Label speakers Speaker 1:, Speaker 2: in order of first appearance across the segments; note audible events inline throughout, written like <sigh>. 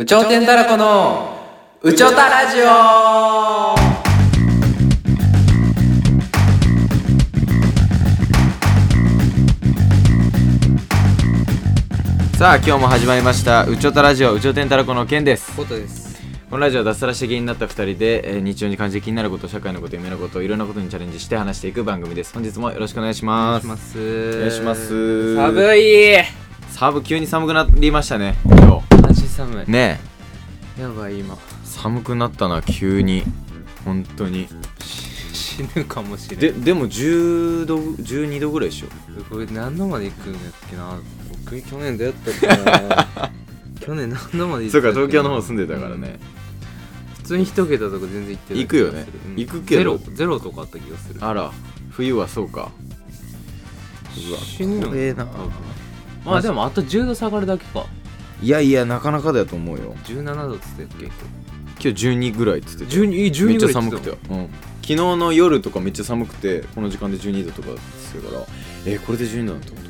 Speaker 1: 宇頂天たらこの宇宙たラジオ
Speaker 2: さあ今日も始まりました「うちょたラジオうちょてんたらこのけん」です
Speaker 1: ことです
Speaker 2: このラジオは脱サラして芸人になった2人で、えー日常に感じて気になること社会のこと夢のこといろんなことにチャレンジして話していく番組です本日もよろしくお願いします
Speaker 1: ます
Speaker 2: お願いします
Speaker 1: 寒い
Speaker 2: サーブ急に寒くなりましたね今
Speaker 1: マジ寒
Speaker 2: 日ね
Speaker 1: いやばい今
Speaker 2: え寒くなったな急に本当に
Speaker 1: 死ぬかもしれ
Speaker 2: で
Speaker 1: ん
Speaker 2: でも10度12度ぐらいでしょ
Speaker 1: これ何度まで行くんだっけな僕去年どうや
Speaker 2: <laughs>
Speaker 1: ったっけな去年何度まで行
Speaker 2: そ
Speaker 1: っ
Speaker 2: う
Speaker 1: た
Speaker 2: か
Speaker 1: っけな
Speaker 2: 東京の方住んでたからね、
Speaker 1: 普通に一桁とか全然行ってた
Speaker 2: 行くよね
Speaker 1: 気がする
Speaker 2: 行くけど
Speaker 1: ゼロゼロとかあった気がする
Speaker 2: あら冬はそうかうわ
Speaker 1: 死ぬの
Speaker 2: 怖えな
Speaker 1: まあでもあと10度下がるだけか
Speaker 2: いやいやなかなかだと思うよ
Speaker 1: 17度っつってたっけ
Speaker 2: 今日12ぐらいっつってた
Speaker 1: 12え12
Speaker 2: めっ
Speaker 1: ぐ
Speaker 2: ちゃ
Speaker 1: らい
Speaker 2: 寒くて、うん、昨日の夜とかめっちゃ寒くてこの時間で12度とかするからえーこれで12度なんて思った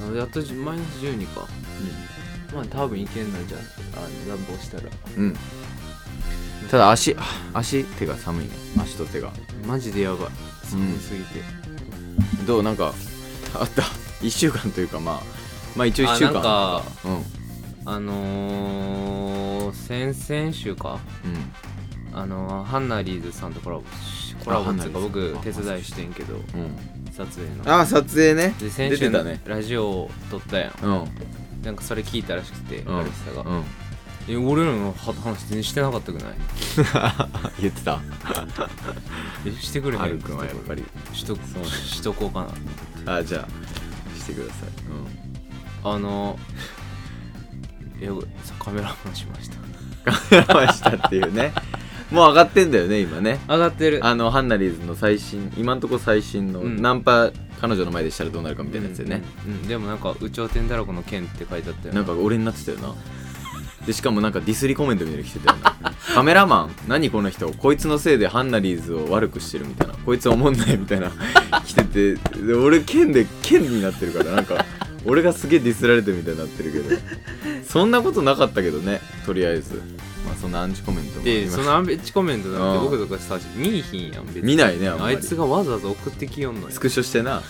Speaker 1: なのであと10マイナス12かまあ多分いけんなじゃああ暖房したら
Speaker 2: うん、うん、ただ足あ足手が寒いね足と手が
Speaker 1: マジでやばい寒すぎて、
Speaker 2: どうなんかあった1週間というかまあまあ一応1
Speaker 1: あ
Speaker 2: 週
Speaker 1: なん
Speaker 2: 間
Speaker 1: か
Speaker 2: うんうん
Speaker 1: あのー、先々週かあのー、ハンナリーズさんとコラボしコラボっていうか
Speaker 2: あハンナリーズ
Speaker 1: 僕
Speaker 2: さん
Speaker 1: 手伝いしてんけど
Speaker 2: うん
Speaker 1: 撮影の
Speaker 2: ああ撮影ね
Speaker 1: で
Speaker 2: 出
Speaker 1: 先
Speaker 2: て
Speaker 1: 週
Speaker 2: たね
Speaker 1: ラジオを撮ったやん
Speaker 2: うん
Speaker 1: なんかそれ聞いたらしくて、
Speaker 2: うん
Speaker 1: アレスさが、
Speaker 2: うん <laughs>
Speaker 1: え俺らの話全然してなかったくない
Speaker 2: 言ってた
Speaker 1: えしてくれへん
Speaker 2: はるくんはやっぱり
Speaker 1: しと
Speaker 2: う
Speaker 1: しとこうかな
Speaker 2: あーじゃあしてくださいうん
Speaker 1: あのえさカメラマンしました
Speaker 2: <laughs> 我慢したっていうねもう上がってんだよね今ね
Speaker 1: 上がってる
Speaker 2: あのハンナリーズの最新今んとこ最新の、
Speaker 1: うん
Speaker 2: ナンパ彼女の前でしたらどうなるかみたいなやつでね、、
Speaker 1: うんうんでもなんか「宇宙天だらこの剣」って書いてあったよ
Speaker 2: なんか俺になってたよなでしかもなんかディスりコメントみたいなの来てたよな <laughs> カメラマン何この人こいつのせいでハンナリーズを悪くしてるみたいなこいつおもんないみたいな <laughs> 来ててで俺剣で剣になってるからなんか俺がすげえディスられてるみたいになってるけどそんなことなかったけどねとりあえずまあそんなアンチコメントもあり
Speaker 1: で
Speaker 2: まし
Speaker 1: そ
Speaker 2: た
Speaker 1: のアンベッチコメントなんて
Speaker 2: うん
Speaker 1: 僕とかさ見いひんやん別に
Speaker 2: 見ないねあんま
Speaker 1: あ
Speaker 2: り
Speaker 1: いつがわざわざ送ってきよんのよ
Speaker 2: スクショしてな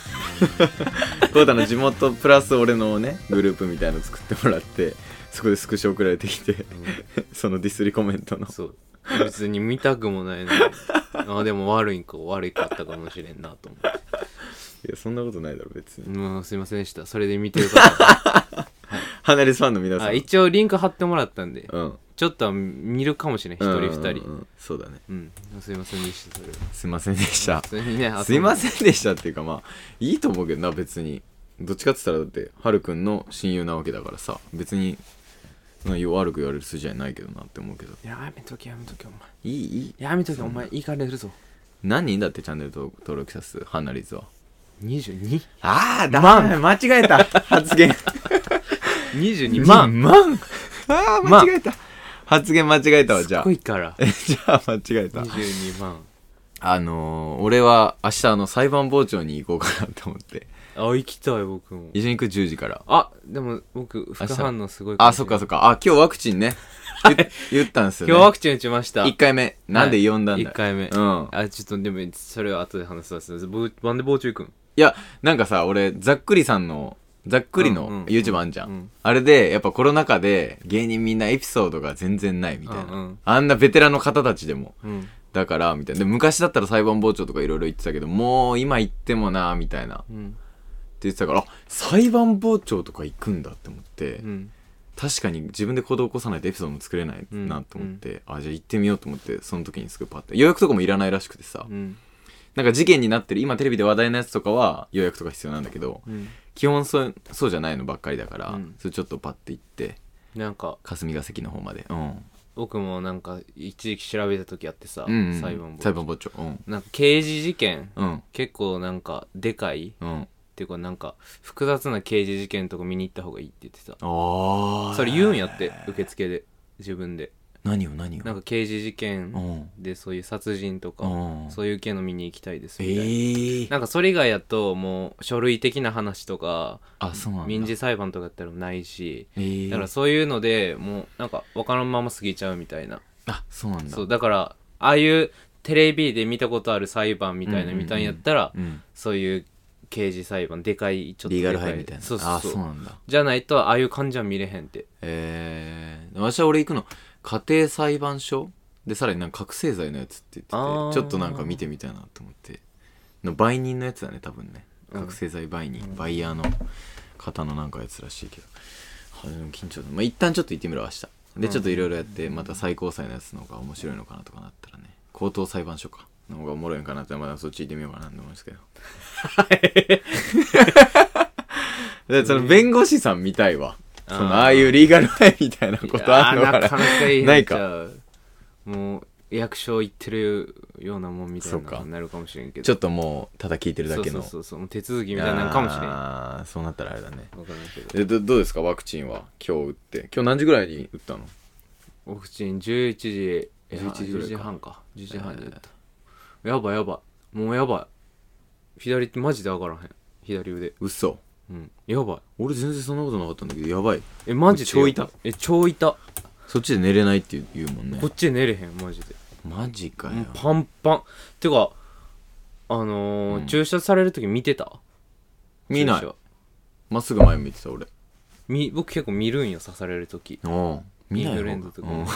Speaker 2: コウタの地元プラス俺のねグループみたいの作ってもらってそこでスクショ送られてきてそのディスりコメン <laughs> トの
Speaker 1: そう別に見たくもないの
Speaker 2: <laughs>
Speaker 1: にあでも悪いんか悪いかったかもしれんなと思って
Speaker 2: いやそんなことないだろ別に
Speaker 1: うんすいませんでしたそれで見てるか
Speaker 2: 花リスファンの皆
Speaker 1: ら <laughs>
Speaker 2: さ
Speaker 1: あ
Speaker 2: ん
Speaker 1: 一応リンク貼ってもらったんで
Speaker 2: うん
Speaker 1: ちょっとは見るかもしれん一人二
Speaker 2: うんうん
Speaker 1: 人
Speaker 2: うんそうだね
Speaker 1: うんすいませんでしたそれは
Speaker 2: すいませんでした
Speaker 1: 普通にね遊んです
Speaker 2: いませんでしたっていうかまあいいと思うけどな別にどっちかって言ったらだってはるくんの親友なわけだからさ別にそんな悪く言われる筋合いないけどなって思うけど
Speaker 1: やめとけやめとけお前
Speaker 2: いいいい
Speaker 1: やめとけお前いかれるぞ
Speaker 2: 何人だってチャンネル登登録者数ハンナリーズは <laughs>
Speaker 1: 22?22
Speaker 2: ああ、だま間違えた。発言。
Speaker 1: 万
Speaker 2: 万ああ、
Speaker 1: 万
Speaker 2: 間違えた。発言間違えたわ、じ
Speaker 1: すっ
Speaker 2: ゃあ
Speaker 1: ご。いから <laughs>
Speaker 2: えじゃあ、 <laughs> 間違えた。
Speaker 1: 22万
Speaker 2: <laughs> あのー、俺は明日、あの、裁判傍聴に行こうかなと思って。
Speaker 1: あ行きたい僕も
Speaker 2: 一緒に行く10時から。
Speaker 1: あでも僕副反応すごい
Speaker 2: あ、そっかそ
Speaker 1: っか
Speaker 2: っか。あ、今日ワクチンね。言言ったんすよ、ね。
Speaker 1: 今日ワクチン打ちました
Speaker 2: 1回目。なんで呼んだんだよ
Speaker 1: 1回目
Speaker 2: うん。
Speaker 1: あちょっとでもそれは後で話すわすいませんぼなんで傍聴行くん
Speaker 2: いや、なんかさ、俺、ざっくりさんの、ざっくり
Speaker 1: うんうんうん
Speaker 2: の YouTube あんじゃん。
Speaker 1: うん
Speaker 2: あれで、やっぱコロナ禍で芸人みんなエピソードが全然ないみたいな。
Speaker 1: うんうん
Speaker 2: あんなベテランの方たちでも。
Speaker 1: うん
Speaker 2: だから、みたいな。で、昔だったら裁判傍聴とかいろいろ言ってたけど、もう今行ってもな、みたいな。って
Speaker 1: うん
Speaker 2: 言ってたから、あ、裁判傍聴とか行くんだって思って、
Speaker 1: うん
Speaker 2: 確かに自分で行動を起こさないとエピソードも作れないなと思って、あ、じゃあ行ってみようと思って、その時にすぐパッて。予約とかもいらないらしくてさ、
Speaker 1: うん
Speaker 2: なんか事件になってる、今テレビで話題のやつとかは予約とか必要なんだけど、
Speaker 1: うん
Speaker 2: 基本そうそうじゃないのばっかりだから、
Speaker 1: うん
Speaker 2: それちょっとパッて行って
Speaker 1: なんか
Speaker 2: 霞が関の方まで、うん、
Speaker 1: 僕もなんか一時期調べた時あってさ
Speaker 2: うんうん
Speaker 1: 裁判
Speaker 2: 裁
Speaker 1: 傍
Speaker 2: 判傍聴うん
Speaker 1: なんか刑事事件
Speaker 2: うん
Speaker 1: 結構なんかでかい
Speaker 2: うん
Speaker 1: っていうかなんか複雑な刑事事件とか見に行った方がいいって言ってた
Speaker 2: ああ
Speaker 1: それ言うんやって受付で自分で
Speaker 2: 何よ何よ
Speaker 1: なんか刑事事
Speaker 2: う
Speaker 1: 件
Speaker 2: ん
Speaker 1: でそういう殺人と
Speaker 2: う
Speaker 1: か
Speaker 2: ん
Speaker 1: そういう系の見に行きたいです
Speaker 2: え
Speaker 1: みたいな、
Speaker 2: ー、
Speaker 1: なんかそれ以外やともう書類的な話とか
Speaker 2: あそうなんだ
Speaker 1: 民事裁判とかやったらないし
Speaker 2: えー、
Speaker 1: だからそういうのでもうなんか分からんまま過ぎちゃうみたいな
Speaker 2: あそうなんだ
Speaker 1: そうだからああいうテレビで見たことある裁判みたい
Speaker 2: うんうん
Speaker 1: な
Speaker 2: うん
Speaker 1: 見たんやったら、
Speaker 2: うん、
Speaker 1: そういう刑事裁判でかいちょっと
Speaker 2: リーガルハ
Speaker 1: で
Speaker 2: イ
Speaker 1: か
Speaker 2: みたいな
Speaker 1: そうそう
Speaker 2: あ
Speaker 1: そう
Speaker 2: そうなんだ
Speaker 1: じゃないとああいう感じは見れへんって
Speaker 2: えー、私は俺行くの家庭裁判所でさらになんか覚醒剤のやつって言っててち
Speaker 1: あー
Speaker 2: ょっとなんか見てみたいなと思っての売人のやつだね多分ね
Speaker 1: うん
Speaker 2: 覚醒剤売人、バイヤーの方のなんかやつらしいけどあでも緊張だまあ一旦ちょっと行ってみろ明日でちょっといろいろやってまた最高裁のやつの方が面白いのかなとかなったらね高等裁判所かの方がおもろいのかなってまだそっち行ってみようかなと思うんですけど <laughs> でその弁護士さん見たいわそのああいうリーガルハイみたいなことあんの
Speaker 1: いや
Speaker 2: か
Speaker 1: ーなかな
Speaker 2: な
Speaker 1: かいい
Speaker 2: ない
Speaker 1: ち
Speaker 2: か
Speaker 1: ゃうもう役所行ってるようなもんみたい
Speaker 2: そうか
Speaker 1: ななるかもしれんけど
Speaker 2: ちょ
Speaker 1: っ
Speaker 2: っともうただ聞いてるだけの
Speaker 1: そうそうそうもう手続きみたいなのかもしれんわ
Speaker 2: あーそうなったらあれだね
Speaker 1: からんけど
Speaker 2: でどどうですかワクチンは今日打って今日何時ぐらいに打ったの
Speaker 1: ワクチン11時え
Speaker 2: 11時ぐら
Speaker 1: 10
Speaker 2: いか
Speaker 1: 時半か10時半に打った、やばいやばいもうやばい左ってマジで上がらへん左腕
Speaker 2: 嘘
Speaker 1: うんやばい
Speaker 2: 俺全然そんなことなかったんだけどやばい
Speaker 1: えマジで
Speaker 2: 超痛
Speaker 1: え超痛
Speaker 2: そっちで寝れないって言う言うもんね
Speaker 1: こっちで寝れへんマジで
Speaker 2: マジかよ
Speaker 1: もうパンパンてかあのー
Speaker 2: うん
Speaker 1: 注射される時見てた
Speaker 2: 見ない
Speaker 1: 注射
Speaker 2: まっすぐ前見てた俺
Speaker 1: み僕結構見るんよ刺される時
Speaker 2: おう見ない
Speaker 1: インフ
Speaker 2: 方
Speaker 1: ルエン
Speaker 2: が
Speaker 1: ザとか
Speaker 2: うん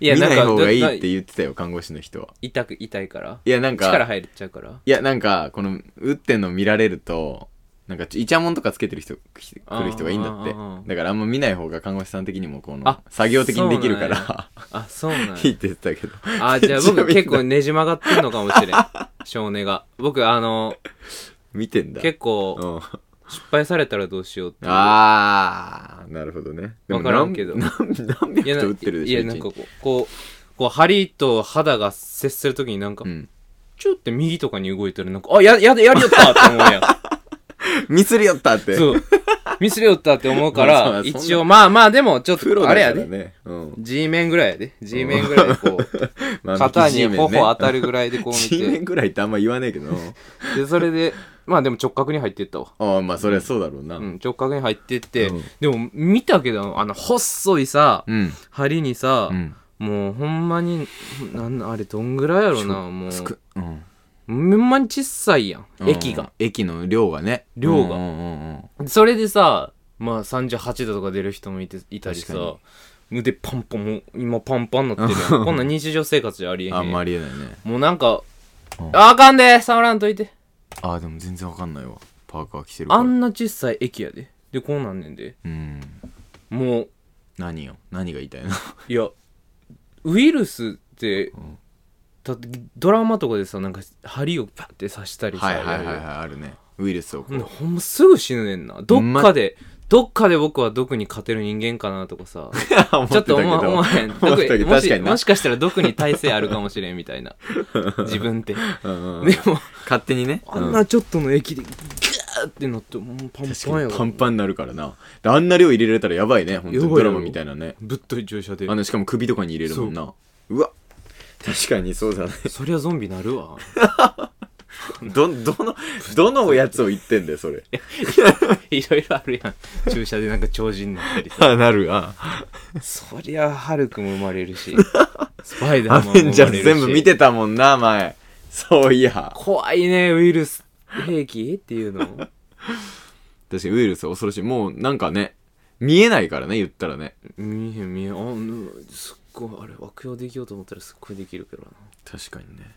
Speaker 1: い
Speaker 2: 見ない方がい
Speaker 1: だだ
Speaker 2: いって言ってたよ看護師の人は
Speaker 1: 痛く痛いから
Speaker 2: いやなんか
Speaker 1: 力入っちゃうから
Speaker 2: いや、なんか、この、打ってんの見られると、なんか、イチャモンとかつけてる人、き来る人がいいんだって
Speaker 1: あーあーあ。ー
Speaker 2: だから、あんま見ない方が看護師さん的にも、この
Speaker 1: あ、
Speaker 2: 作業的にできるか
Speaker 1: そう
Speaker 2: ら、
Speaker 1: あそうなんや
Speaker 2: <laughs> いいって言ってたけど。
Speaker 1: あじゃあ僕結
Speaker 2: <laughs>
Speaker 1: 構ねじ曲がってんのかもしれん少年が僕あの
Speaker 2: 見てんだ。
Speaker 1: 結
Speaker 2: う
Speaker 1: 構
Speaker 2: ん。
Speaker 1: 失敗されたらどうしようっていう
Speaker 2: あー、なるほどね。でも
Speaker 1: わからんけど
Speaker 2: 何何何
Speaker 1: いや
Speaker 2: 百
Speaker 1: な
Speaker 2: と打ってるでしょ、
Speaker 1: いやなんか
Speaker 2: 一日
Speaker 1: こうこうこう針と肌が接するときになんか、
Speaker 2: うん。
Speaker 1: チュって右とかに動いたらなんかあやややりよったって思う
Speaker 2: <laughs>
Speaker 1: やん
Speaker 2: ミスりよったって。
Speaker 1: そうミスりよったって思うか
Speaker 2: まあま
Speaker 1: ら
Speaker 2: あそんな
Speaker 1: 一応まあまあでもちょっ
Speaker 2: プ
Speaker 1: と
Speaker 2: ロだ
Speaker 1: あ
Speaker 2: か
Speaker 1: れや
Speaker 2: ら
Speaker 1: で
Speaker 2: ね。うん。
Speaker 1: G 面ぐらいやで G 面ぐらい
Speaker 2: <laughs>
Speaker 1: こう肩に頬当た
Speaker 2: る。
Speaker 1: るぐらいでこう見
Speaker 2: 1
Speaker 1: て
Speaker 2: 年ぐらいってあんま言わねえ
Speaker 1: <laughs>
Speaker 2: けど。
Speaker 1: でそれでまあでも直角に入っていったわ
Speaker 2: ああ、まあ、そりゃそうだろうな。
Speaker 1: う
Speaker 2: うん。
Speaker 1: ん、直角に入ってって、
Speaker 2: うん
Speaker 1: でも見たけどあの細いさ、針にさ、
Speaker 2: うん。
Speaker 1: もうほんまになんあれどんぐらいやろなもう
Speaker 2: つく。うん。
Speaker 1: ほんまに小さいやん液が、
Speaker 2: 駅の量がね
Speaker 1: 量が
Speaker 2: うんうんうんうん
Speaker 1: それでさまあ38度とか出る人もいていたり
Speaker 2: 確か
Speaker 1: さ腕パンパンもう今パンパンになってる
Speaker 2: <laughs>
Speaker 1: やんこんなん日常生活じゃありえへん
Speaker 2: あんまりえないね
Speaker 1: もうなんか、
Speaker 2: うん
Speaker 1: あかんで触らんといて
Speaker 2: あーでも全然わかんないわパーカー着てるから
Speaker 1: あんな小さい液やででこうなんねんで
Speaker 2: うん
Speaker 1: もう
Speaker 2: 何よ何が言いたいの
Speaker 1: いやウイルスって
Speaker 2: ん
Speaker 1: だってドラマとかでさなんか針をパッて刺したりさ、
Speaker 2: はいはいはいはい
Speaker 1: やる
Speaker 2: あるねウイルスをこ
Speaker 1: ほんで
Speaker 2: う
Speaker 1: ほんますぐ死ぬねんなどっかで、どっかで僕は毒に勝てる人間かなとかさ
Speaker 2: <laughs> 思
Speaker 1: ちょっと思わ思わ
Speaker 2: ってた
Speaker 1: へ
Speaker 2: け
Speaker 1: ん毒
Speaker 2: ど <laughs> 思ってたけど
Speaker 1: も
Speaker 2: 確か
Speaker 1: し
Speaker 2: にな
Speaker 1: もしかしたら毒に耐性あるかもしれんみたい
Speaker 2: <laughs>
Speaker 1: な自分ってで
Speaker 2: うんうんう
Speaker 1: も
Speaker 2: ん勝手にね
Speaker 1: あ
Speaker 2: うん
Speaker 1: なちょっとの液でギューってなってもうパン
Speaker 2: 確
Speaker 1: パ
Speaker 2: か
Speaker 1: ンや
Speaker 2: に
Speaker 1: わ
Speaker 2: パンパンになるからなであんな量入れられたらやばいね本当
Speaker 1: やばい
Speaker 2: にド
Speaker 1: や
Speaker 2: ラ
Speaker 1: ろ
Speaker 2: マみたいなね
Speaker 1: ぶっとい注射で
Speaker 2: あのしかも首とかに入れるもんなうわ確かにそうだね
Speaker 1: そりゃゾンビなるわ
Speaker 2: どどのどのやつを言ってんだよそれ
Speaker 1: <laughs> いろいろあるやん注射でなんか超人になったりさ
Speaker 2: あなるあ
Speaker 1: <laughs> そりゃ、ハルクも生まれるし、 <laughs> スパイダ
Speaker 2: ア
Speaker 1: ーマンも
Speaker 2: ベンジ
Speaker 1: 生
Speaker 2: ャ
Speaker 1: ま
Speaker 2: ー
Speaker 1: れる
Speaker 2: ズ
Speaker 1: し。
Speaker 2: 全部見てたもんな、前。そういや。
Speaker 1: 怖いね、ウイルス兵器っていうの。
Speaker 2: 確かにウイルス恐ろしい。もうなんかね、見えないからね、言ったらね。
Speaker 1: 見えへん、見えへん。あうん、すっごい、あれ、悪用できようと思ったらすっごいできるけどな。
Speaker 2: 確かにね。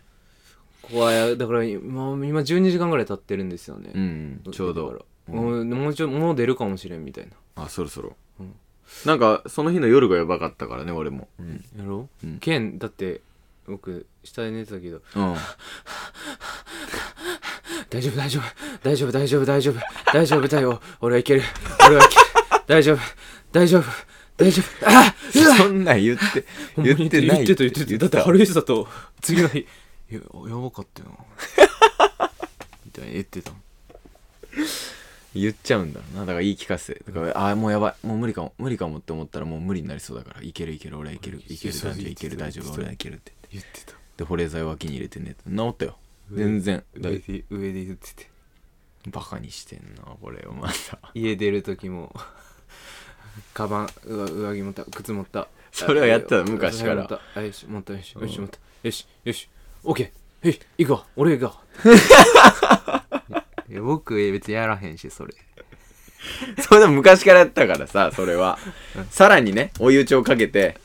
Speaker 1: 怖い。だから、今、今12時間ぐらい経ってるんですよね。
Speaker 2: うん、ちょうど。
Speaker 1: だから。もう、もうちょ、もう出るかもしれんみたいな。
Speaker 2: あ、そろそろ
Speaker 1: うん。
Speaker 2: なんか、その日の夜がやばかったからね、俺も。うん。
Speaker 1: やろ
Speaker 2: うん
Speaker 1: ケン、だって、僕、下で寝てたけど、大丈夫大丈夫大丈夫大丈夫大丈夫大丈夫だよ俺はいける俺はいける大丈夫大丈夫大丈夫あうわ
Speaker 2: そんなん言って、
Speaker 1: <laughs> ほんま
Speaker 2: 言
Speaker 1: に
Speaker 2: ってな
Speaker 1: 言
Speaker 2: い。
Speaker 1: ってた言ってただって春吉だと次の日いや <laughs> やばかったよなみたいな言ってた
Speaker 2: 言っちゃうんだろうなだから言い聞かせてだからああもうやばいもう無理かも無理かもって思ったらもう無理になりそうだからいけるいける俺はいけるいける
Speaker 1: そう
Speaker 2: 大丈夫いける
Speaker 1: 言っ
Speaker 2: 大
Speaker 1: て
Speaker 2: 丈
Speaker 1: た
Speaker 2: 夫俺はいけるって言って
Speaker 1: 言ってた
Speaker 2: で保冷剤を脇に入れてね治ったよ全然だ
Speaker 1: 上で上で言ってて
Speaker 2: バカにしてんなこれをまた <laughs>
Speaker 1: 家出る時もカバンうわ上着持った靴持った
Speaker 2: それはやってた
Speaker 1: あ
Speaker 2: 昔か
Speaker 1: それは
Speaker 2: ら
Speaker 1: 持ったあよし持ったよし
Speaker 2: うん
Speaker 1: よし持ったよしよしオッケーよし行くわ俺行くわ
Speaker 2: <laughs>
Speaker 1: いや僕別にやらへんしそれ
Speaker 2: それでも昔からやったからさそ
Speaker 1: <laughs>
Speaker 2: れはさらにね追い打ちをかけて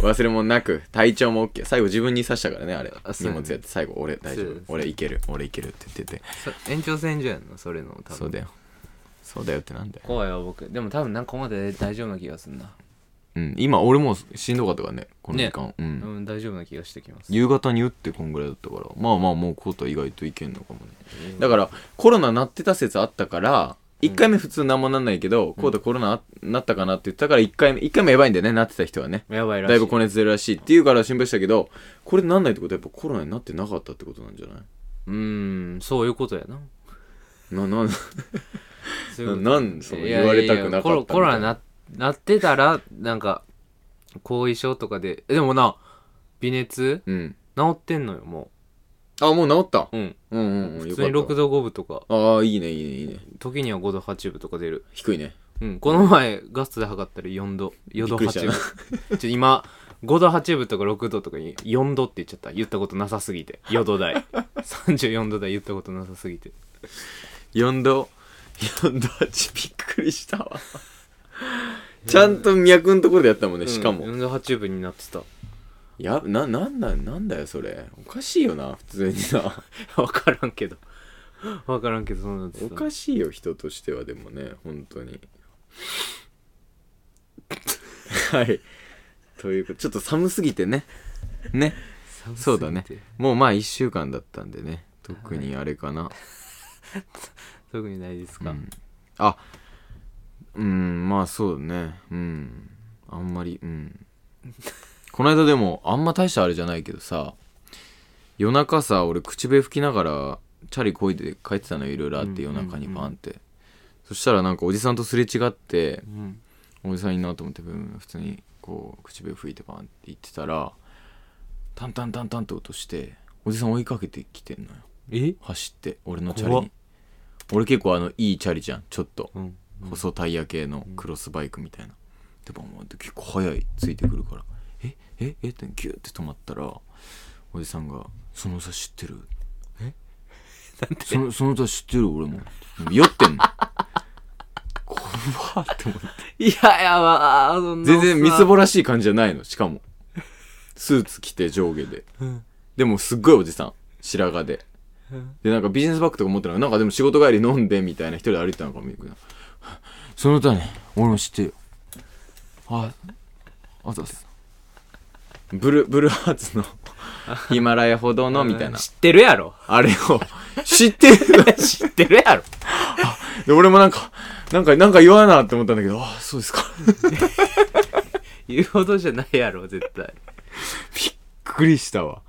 Speaker 2: 忘れ物なく体調も OK 最後自分に刺したからねあれ
Speaker 1: あそう
Speaker 2: 荷
Speaker 1: やね
Speaker 2: 物やって最後俺大丈
Speaker 1: そう
Speaker 2: 夫
Speaker 1: です
Speaker 2: 俺いける俺いけるって言ってて
Speaker 1: そ延長線上やんなそれの多分
Speaker 2: そうだよそうだよってなんだよ
Speaker 1: 怖いわ僕でも多分なんかここまで大丈夫な気がすんな
Speaker 2: うん、今俺もしんどかったからねこの時間、う、
Speaker 1: うんん大丈夫な気がしてきます
Speaker 2: 夕方に打ってこんぐらいだったからまあまあもうコートは意外といけんのかもねだからコロナなってた説あったから1回目普通何もなんないけど、コートコロナなったかなって言ったから1回目1回目やばいんだよねなってた人はね
Speaker 1: やばいらしい
Speaker 2: だいぶ高熱出るらしいっていうから心配したけどこれなんないってことはやっぱコロナになってなかったってことなんじゃないう
Speaker 1: ーんそういうことやな
Speaker 2: ななな
Speaker 1: そういうこと
Speaker 2: ななんその
Speaker 1: いや
Speaker 2: 言われたくなかったみたいない
Speaker 1: やコロコロナななってたらなんか後遺症とかでえでもな微熱
Speaker 2: うん
Speaker 1: 治ってんのよも
Speaker 2: あもう治った
Speaker 1: ううん
Speaker 2: うんうんうん
Speaker 1: 普
Speaker 2: よ
Speaker 1: 通に
Speaker 2: かっ
Speaker 1: 6度5分とか
Speaker 2: たああいいねいいねいいね
Speaker 1: 時には5度8分とか出る
Speaker 2: 低いね
Speaker 1: うんこの前ガストで測ったら4度4度
Speaker 2: びっくりした
Speaker 1: 8分ちょ今5度8分とか6度とかに4度って言っちゃった言ったことなさすぎて4度台
Speaker 2: <laughs>
Speaker 1: 34度台言ったことなさすぎて
Speaker 2: 4度4度8びっくりしたわちゃんと脈のところでやったもんね、しかも、
Speaker 1: うん4度8分になってた
Speaker 2: やななんだなんだよそれおかしいよな普通にな
Speaker 1: 分からんけど分からんけどそうなんです
Speaker 2: おかしいよ人としてはでもね本当に <laughs> はいということちょっと寒すぎてねねそうだねもうまあ1週間だったんでね特にあれかな、
Speaker 1: 特にないです
Speaker 2: う
Speaker 1: か、
Speaker 2: ん、あうんまあそうだねうんあんまりうん <laughs> この間でもあんま大したあれじゃないけどさ夜中さ俺口笛吹きながらチャリこいで帰ってたのよいろいろあって、
Speaker 1: うん
Speaker 2: 夜中にパンって、そしたらなんかおじさんとすれ違って
Speaker 1: うん
Speaker 2: おじさんいいなと思ってブンブン普通にこう口笛吹いてパンって言ってたらタンタンタンタンって音しておじさん追いかけてきてんのよ
Speaker 1: え
Speaker 2: 走って俺のチャリ
Speaker 1: 怖っ
Speaker 2: に俺結構あのいいチャリじゃんちょっと
Speaker 1: うん
Speaker 2: 細タイヤ系のクロスバイクみたいな、でももう結構速いついてくるから「えええってギューって止まったらおじさんが「その歌知ってる?」えそのその歌知ってる俺も酔って
Speaker 1: <laughs>
Speaker 2: んの怖っって思って
Speaker 1: いややばーそんな
Speaker 2: 全然みす
Speaker 1: ぼ
Speaker 2: ぼらしい感じじゃないのしかもスーツ着て上下で
Speaker 1: うん
Speaker 2: でもすっごいおじさん白髪で
Speaker 1: うん
Speaker 2: でなんかビジネスバッグとか持ってないなんかでも仕事帰り飲んでみたいな一人で歩いてたのかもその歌ね俺も知ってるよああざっすブルブルーハーツ <laughs> のヒマラヤほどのみたいな
Speaker 1: 知ってるやろ
Speaker 2: あれを知ってる
Speaker 1: <laughs> 知ってるやろ
Speaker 2: で俺もなんかなんかなんか言わなって思ったんだけどあそうですかびっ
Speaker 1: 言うほどじゃないやろ絶対
Speaker 2: くりしたわ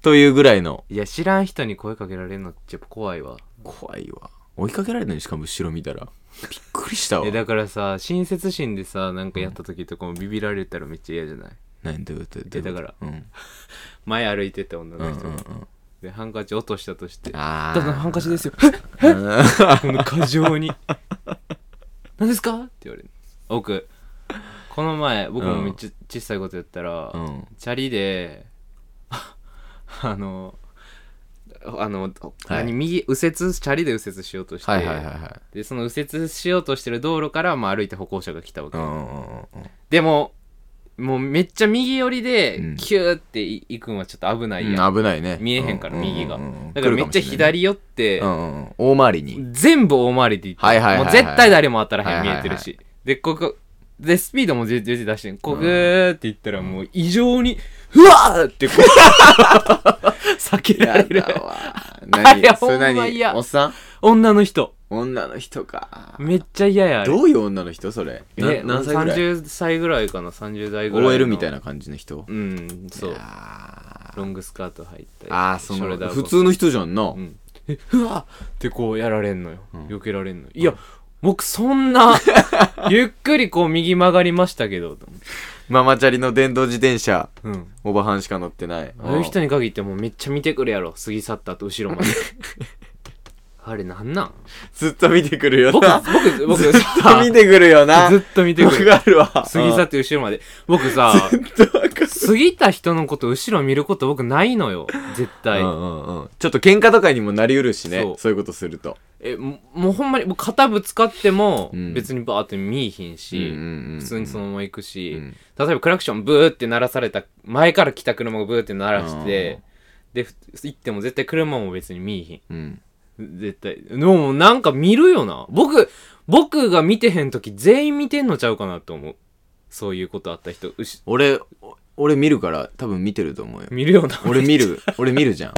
Speaker 2: というぐらいの
Speaker 1: いや知らん人に声かけられるのってやっぱ怖いわ
Speaker 2: 怖いわ追いかけられるのにしかも後ろ見たらびっくりしたわ
Speaker 1: えだからさ親切心でさなんかやった時とかもビビられたらめっちゃ嫌じゃない
Speaker 2: 何どういうことどういうこと
Speaker 1: えだから
Speaker 2: うん
Speaker 1: 前歩いてた女
Speaker 2: うんう
Speaker 1: の
Speaker 2: ん
Speaker 1: 人
Speaker 2: う
Speaker 1: が、
Speaker 2: ん
Speaker 1: でハンカチ落としたとして
Speaker 2: あ
Speaker 1: た
Speaker 2: ー
Speaker 1: だハンカチですよ
Speaker 2: <laughs> うん
Speaker 1: この過剰に「何ですか?」って言われる僕この前僕もめっちゃ小さいことやったら、
Speaker 2: うん
Speaker 1: チャリであのあの、
Speaker 2: はい
Speaker 1: 何右右折チャリで右折しようとして、
Speaker 2: はいはいはいはい
Speaker 1: でその右折しようとしてる道路から、まあ、歩いて歩行者が来たわけ、
Speaker 2: うんうんうんうん
Speaker 1: でももうめっちゃ右寄り
Speaker 2: う
Speaker 1: で
Speaker 2: ん
Speaker 1: キューってい行くんはちょっと危ないやん、
Speaker 2: うん危ないね
Speaker 1: 見えへんから
Speaker 2: ううう
Speaker 1: 右が
Speaker 2: うんうん
Speaker 1: だからめっちゃ左寄って、
Speaker 2: 来るかもしれないねうんうんうん大回りに
Speaker 1: 全部大回りで行って、
Speaker 2: はいはいはいはい
Speaker 1: もう絶対誰も当たらへん、
Speaker 2: はいはいはい
Speaker 1: 見えてるし。で、ここ、で、スピードも全然出してん。こぐーって言ったらもう異常に、うわーってこう、
Speaker 2: <laughs>
Speaker 1: 避けられる。
Speaker 2: わ
Speaker 1: あれ
Speaker 2: 何そ
Speaker 1: ほ
Speaker 2: れ
Speaker 1: んま
Speaker 2: 何
Speaker 1: 嫌
Speaker 2: おっさん
Speaker 1: 女の人。
Speaker 2: 女の人か
Speaker 1: めっちゃ嫌や。あれ
Speaker 2: どういう女の人それ
Speaker 1: え
Speaker 2: な何歳ぐらい
Speaker 1: ?30 歳ぐらいかな、30代ぐらいの。
Speaker 2: OL みたい。な感じの人
Speaker 1: うん、そう
Speaker 2: い。やー
Speaker 1: ロングスカート履いたり。
Speaker 2: あーそ
Speaker 1: ショ
Speaker 2: の
Speaker 1: ルダーボ
Speaker 2: 普
Speaker 1: クス
Speaker 2: 通の人じゃんな
Speaker 1: うん。えうわっってこうやられんのよ、
Speaker 2: うん
Speaker 1: 避けられんのよいや僕そん
Speaker 2: <laughs>
Speaker 1: なゆっくりこう右曲がりましたけどと思って
Speaker 2: ママチャリの電動自転車
Speaker 1: うん
Speaker 2: おばはんしか乗ってない
Speaker 1: ああいう人に限ってもうめっちゃ見てくるやろ過ぎ去った後後ろま <laughs> であれなんなん
Speaker 2: ずっと見てくる
Speaker 1: <laughs>
Speaker 2: よ
Speaker 1: 僕
Speaker 2: な
Speaker 1: 僕僕
Speaker 2: <laughs> ずっ
Speaker 1: さ
Speaker 2: と見てくるよな
Speaker 1: ずっと見てくる
Speaker 2: わかるわ
Speaker 1: 過ぎ去って後ろまで僕 <laughs> さ
Speaker 2: うんずっとわかる
Speaker 1: 過ぎた人のこと後ろ見ること僕ないのよ絶対、
Speaker 2: うんうんうんちょっと喧嘩とかにもなりうるしね
Speaker 1: そう
Speaker 2: そういうことすると
Speaker 1: えももうほんまに僕肩ぶつかっても
Speaker 2: うん
Speaker 1: 別にバーって見いひんし、
Speaker 2: 普
Speaker 1: 普通にそのまま行く
Speaker 2: う
Speaker 1: し、
Speaker 2: ん
Speaker 1: 例えばクラクションブーって鳴らされた前から来た車がブーって鳴らして、でふ行っても絶対車も別に見いひん
Speaker 2: うん
Speaker 1: 絶対でもなんか見るよな僕僕が見てへん時全員見てんのちゃうかなと思うそういうことあった人うし
Speaker 2: 俺お俺見るから多分見てると思うよ
Speaker 1: 見るよな
Speaker 2: 俺見る俺見るじゃん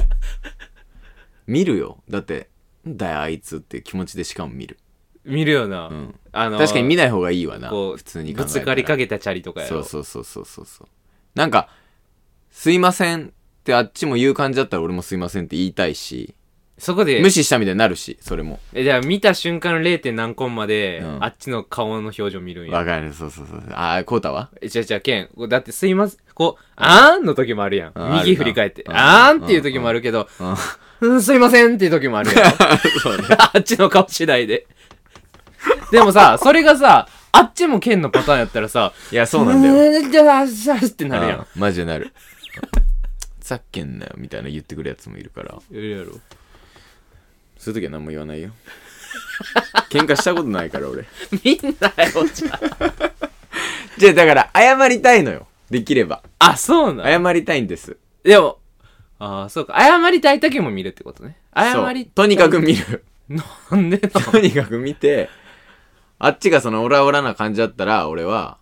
Speaker 2: 見るよだってなんだよあいつって気持ちでしかも見る、
Speaker 1: <laughs> 見るよな、
Speaker 2: うん、
Speaker 1: あの
Speaker 2: 確かに見ない方がいいわな
Speaker 1: こう
Speaker 2: 普通に
Speaker 1: ぶ
Speaker 2: 考えたら
Speaker 1: つかりかけたチャリとかや
Speaker 2: そ
Speaker 1: ろ
Speaker 2: うそうそうそうそうそうなんか「すいません」ってあっちも言う感じだったら俺も「すいません」って言いたいし
Speaker 1: そこで
Speaker 2: 無視したみたいになるしそれも
Speaker 1: えじゃあ見た瞬間の 0. 何コンマで、
Speaker 2: うん
Speaker 1: あっちの顔の表情見るんや
Speaker 2: わかるそうそうそうああこうたは
Speaker 1: えじゃあじゃあケンこうだってすいませんこう「あーん」の時もあるやん
Speaker 2: うん
Speaker 1: 右振り返って「
Speaker 2: あるな
Speaker 1: あ
Speaker 2: うん
Speaker 1: ーん」っていう時もあるけど
Speaker 2: うん
Speaker 1: 「うんすいません」っていう時もあるやん
Speaker 2: そうね
Speaker 1: あっちの顔次第ででもさそれがさあっちもケンのパターンやったらさ
Speaker 2: い
Speaker 1: 「
Speaker 2: やそうなんだよ
Speaker 1: うんじゃあじゃあってなるやん
Speaker 2: うんマジでなるざっけんなよみたいな言ってくるやつもいるから
Speaker 1: いるやろ
Speaker 2: そういう時は何も言わないよ喧嘩したことないから俺
Speaker 1: みんなよじゃあ
Speaker 2: じゃあだから謝りたいのよできれば
Speaker 1: あそうなん
Speaker 2: 謝りたいんです
Speaker 1: でもああそうか謝りたい時も見るってことね謝り
Speaker 2: そうとにかく見る
Speaker 1: なんでな
Speaker 2: <laughs> とにかく見てあっちがそのオラオラな感じだったら俺は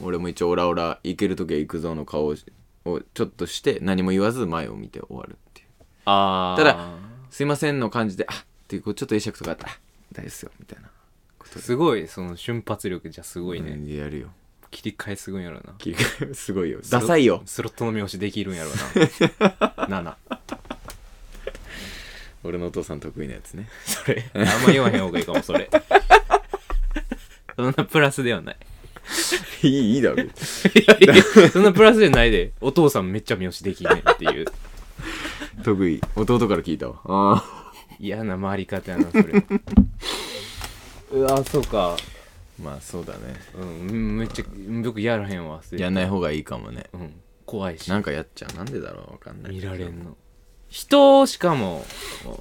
Speaker 2: 俺も一応オラオラ行ける時は行くぞの顔をしをちょっとして何も言わず前を見て終わるっていう
Speaker 1: あ
Speaker 2: ただすいませんの感じであっていうこうちょっと会釈とかあったあ大丈夫ですよみたいなことです
Speaker 1: ごいその瞬発力じゃすごいね、
Speaker 2: やるよ
Speaker 1: 切り替えすごいんやろな
Speaker 2: 切り替え <laughs> すごいよダサいよ
Speaker 1: スロットの見押しできるんやろ
Speaker 2: <laughs>
Speaker 1: な7
Speaker 2: 俺のお父さん得意なやつね
Speaker 1: それあんま言わへん方がいいかもそれそんなプラスではない
Speaker 2: い <laughs> いいいだろ
Speaker 1: いやいやそんなプラスじゃないでお父さんめっちゃ見押しできんねんっていう
Speaker 2: 得意弟から聞いたわあ
Speaker 1: 嫌な回り方やなそれうわそうか
Speaker 2: あまあそうだね
Speaker 1: うんめっちゃ僕やらへんわ
Speaker 2: やんない方がいいかもね
Speaker 1: うん怖いし
Speaker 2: なんかやっちゃうなんでだろうわかんない
Speaker 1: 見られんの人しかも、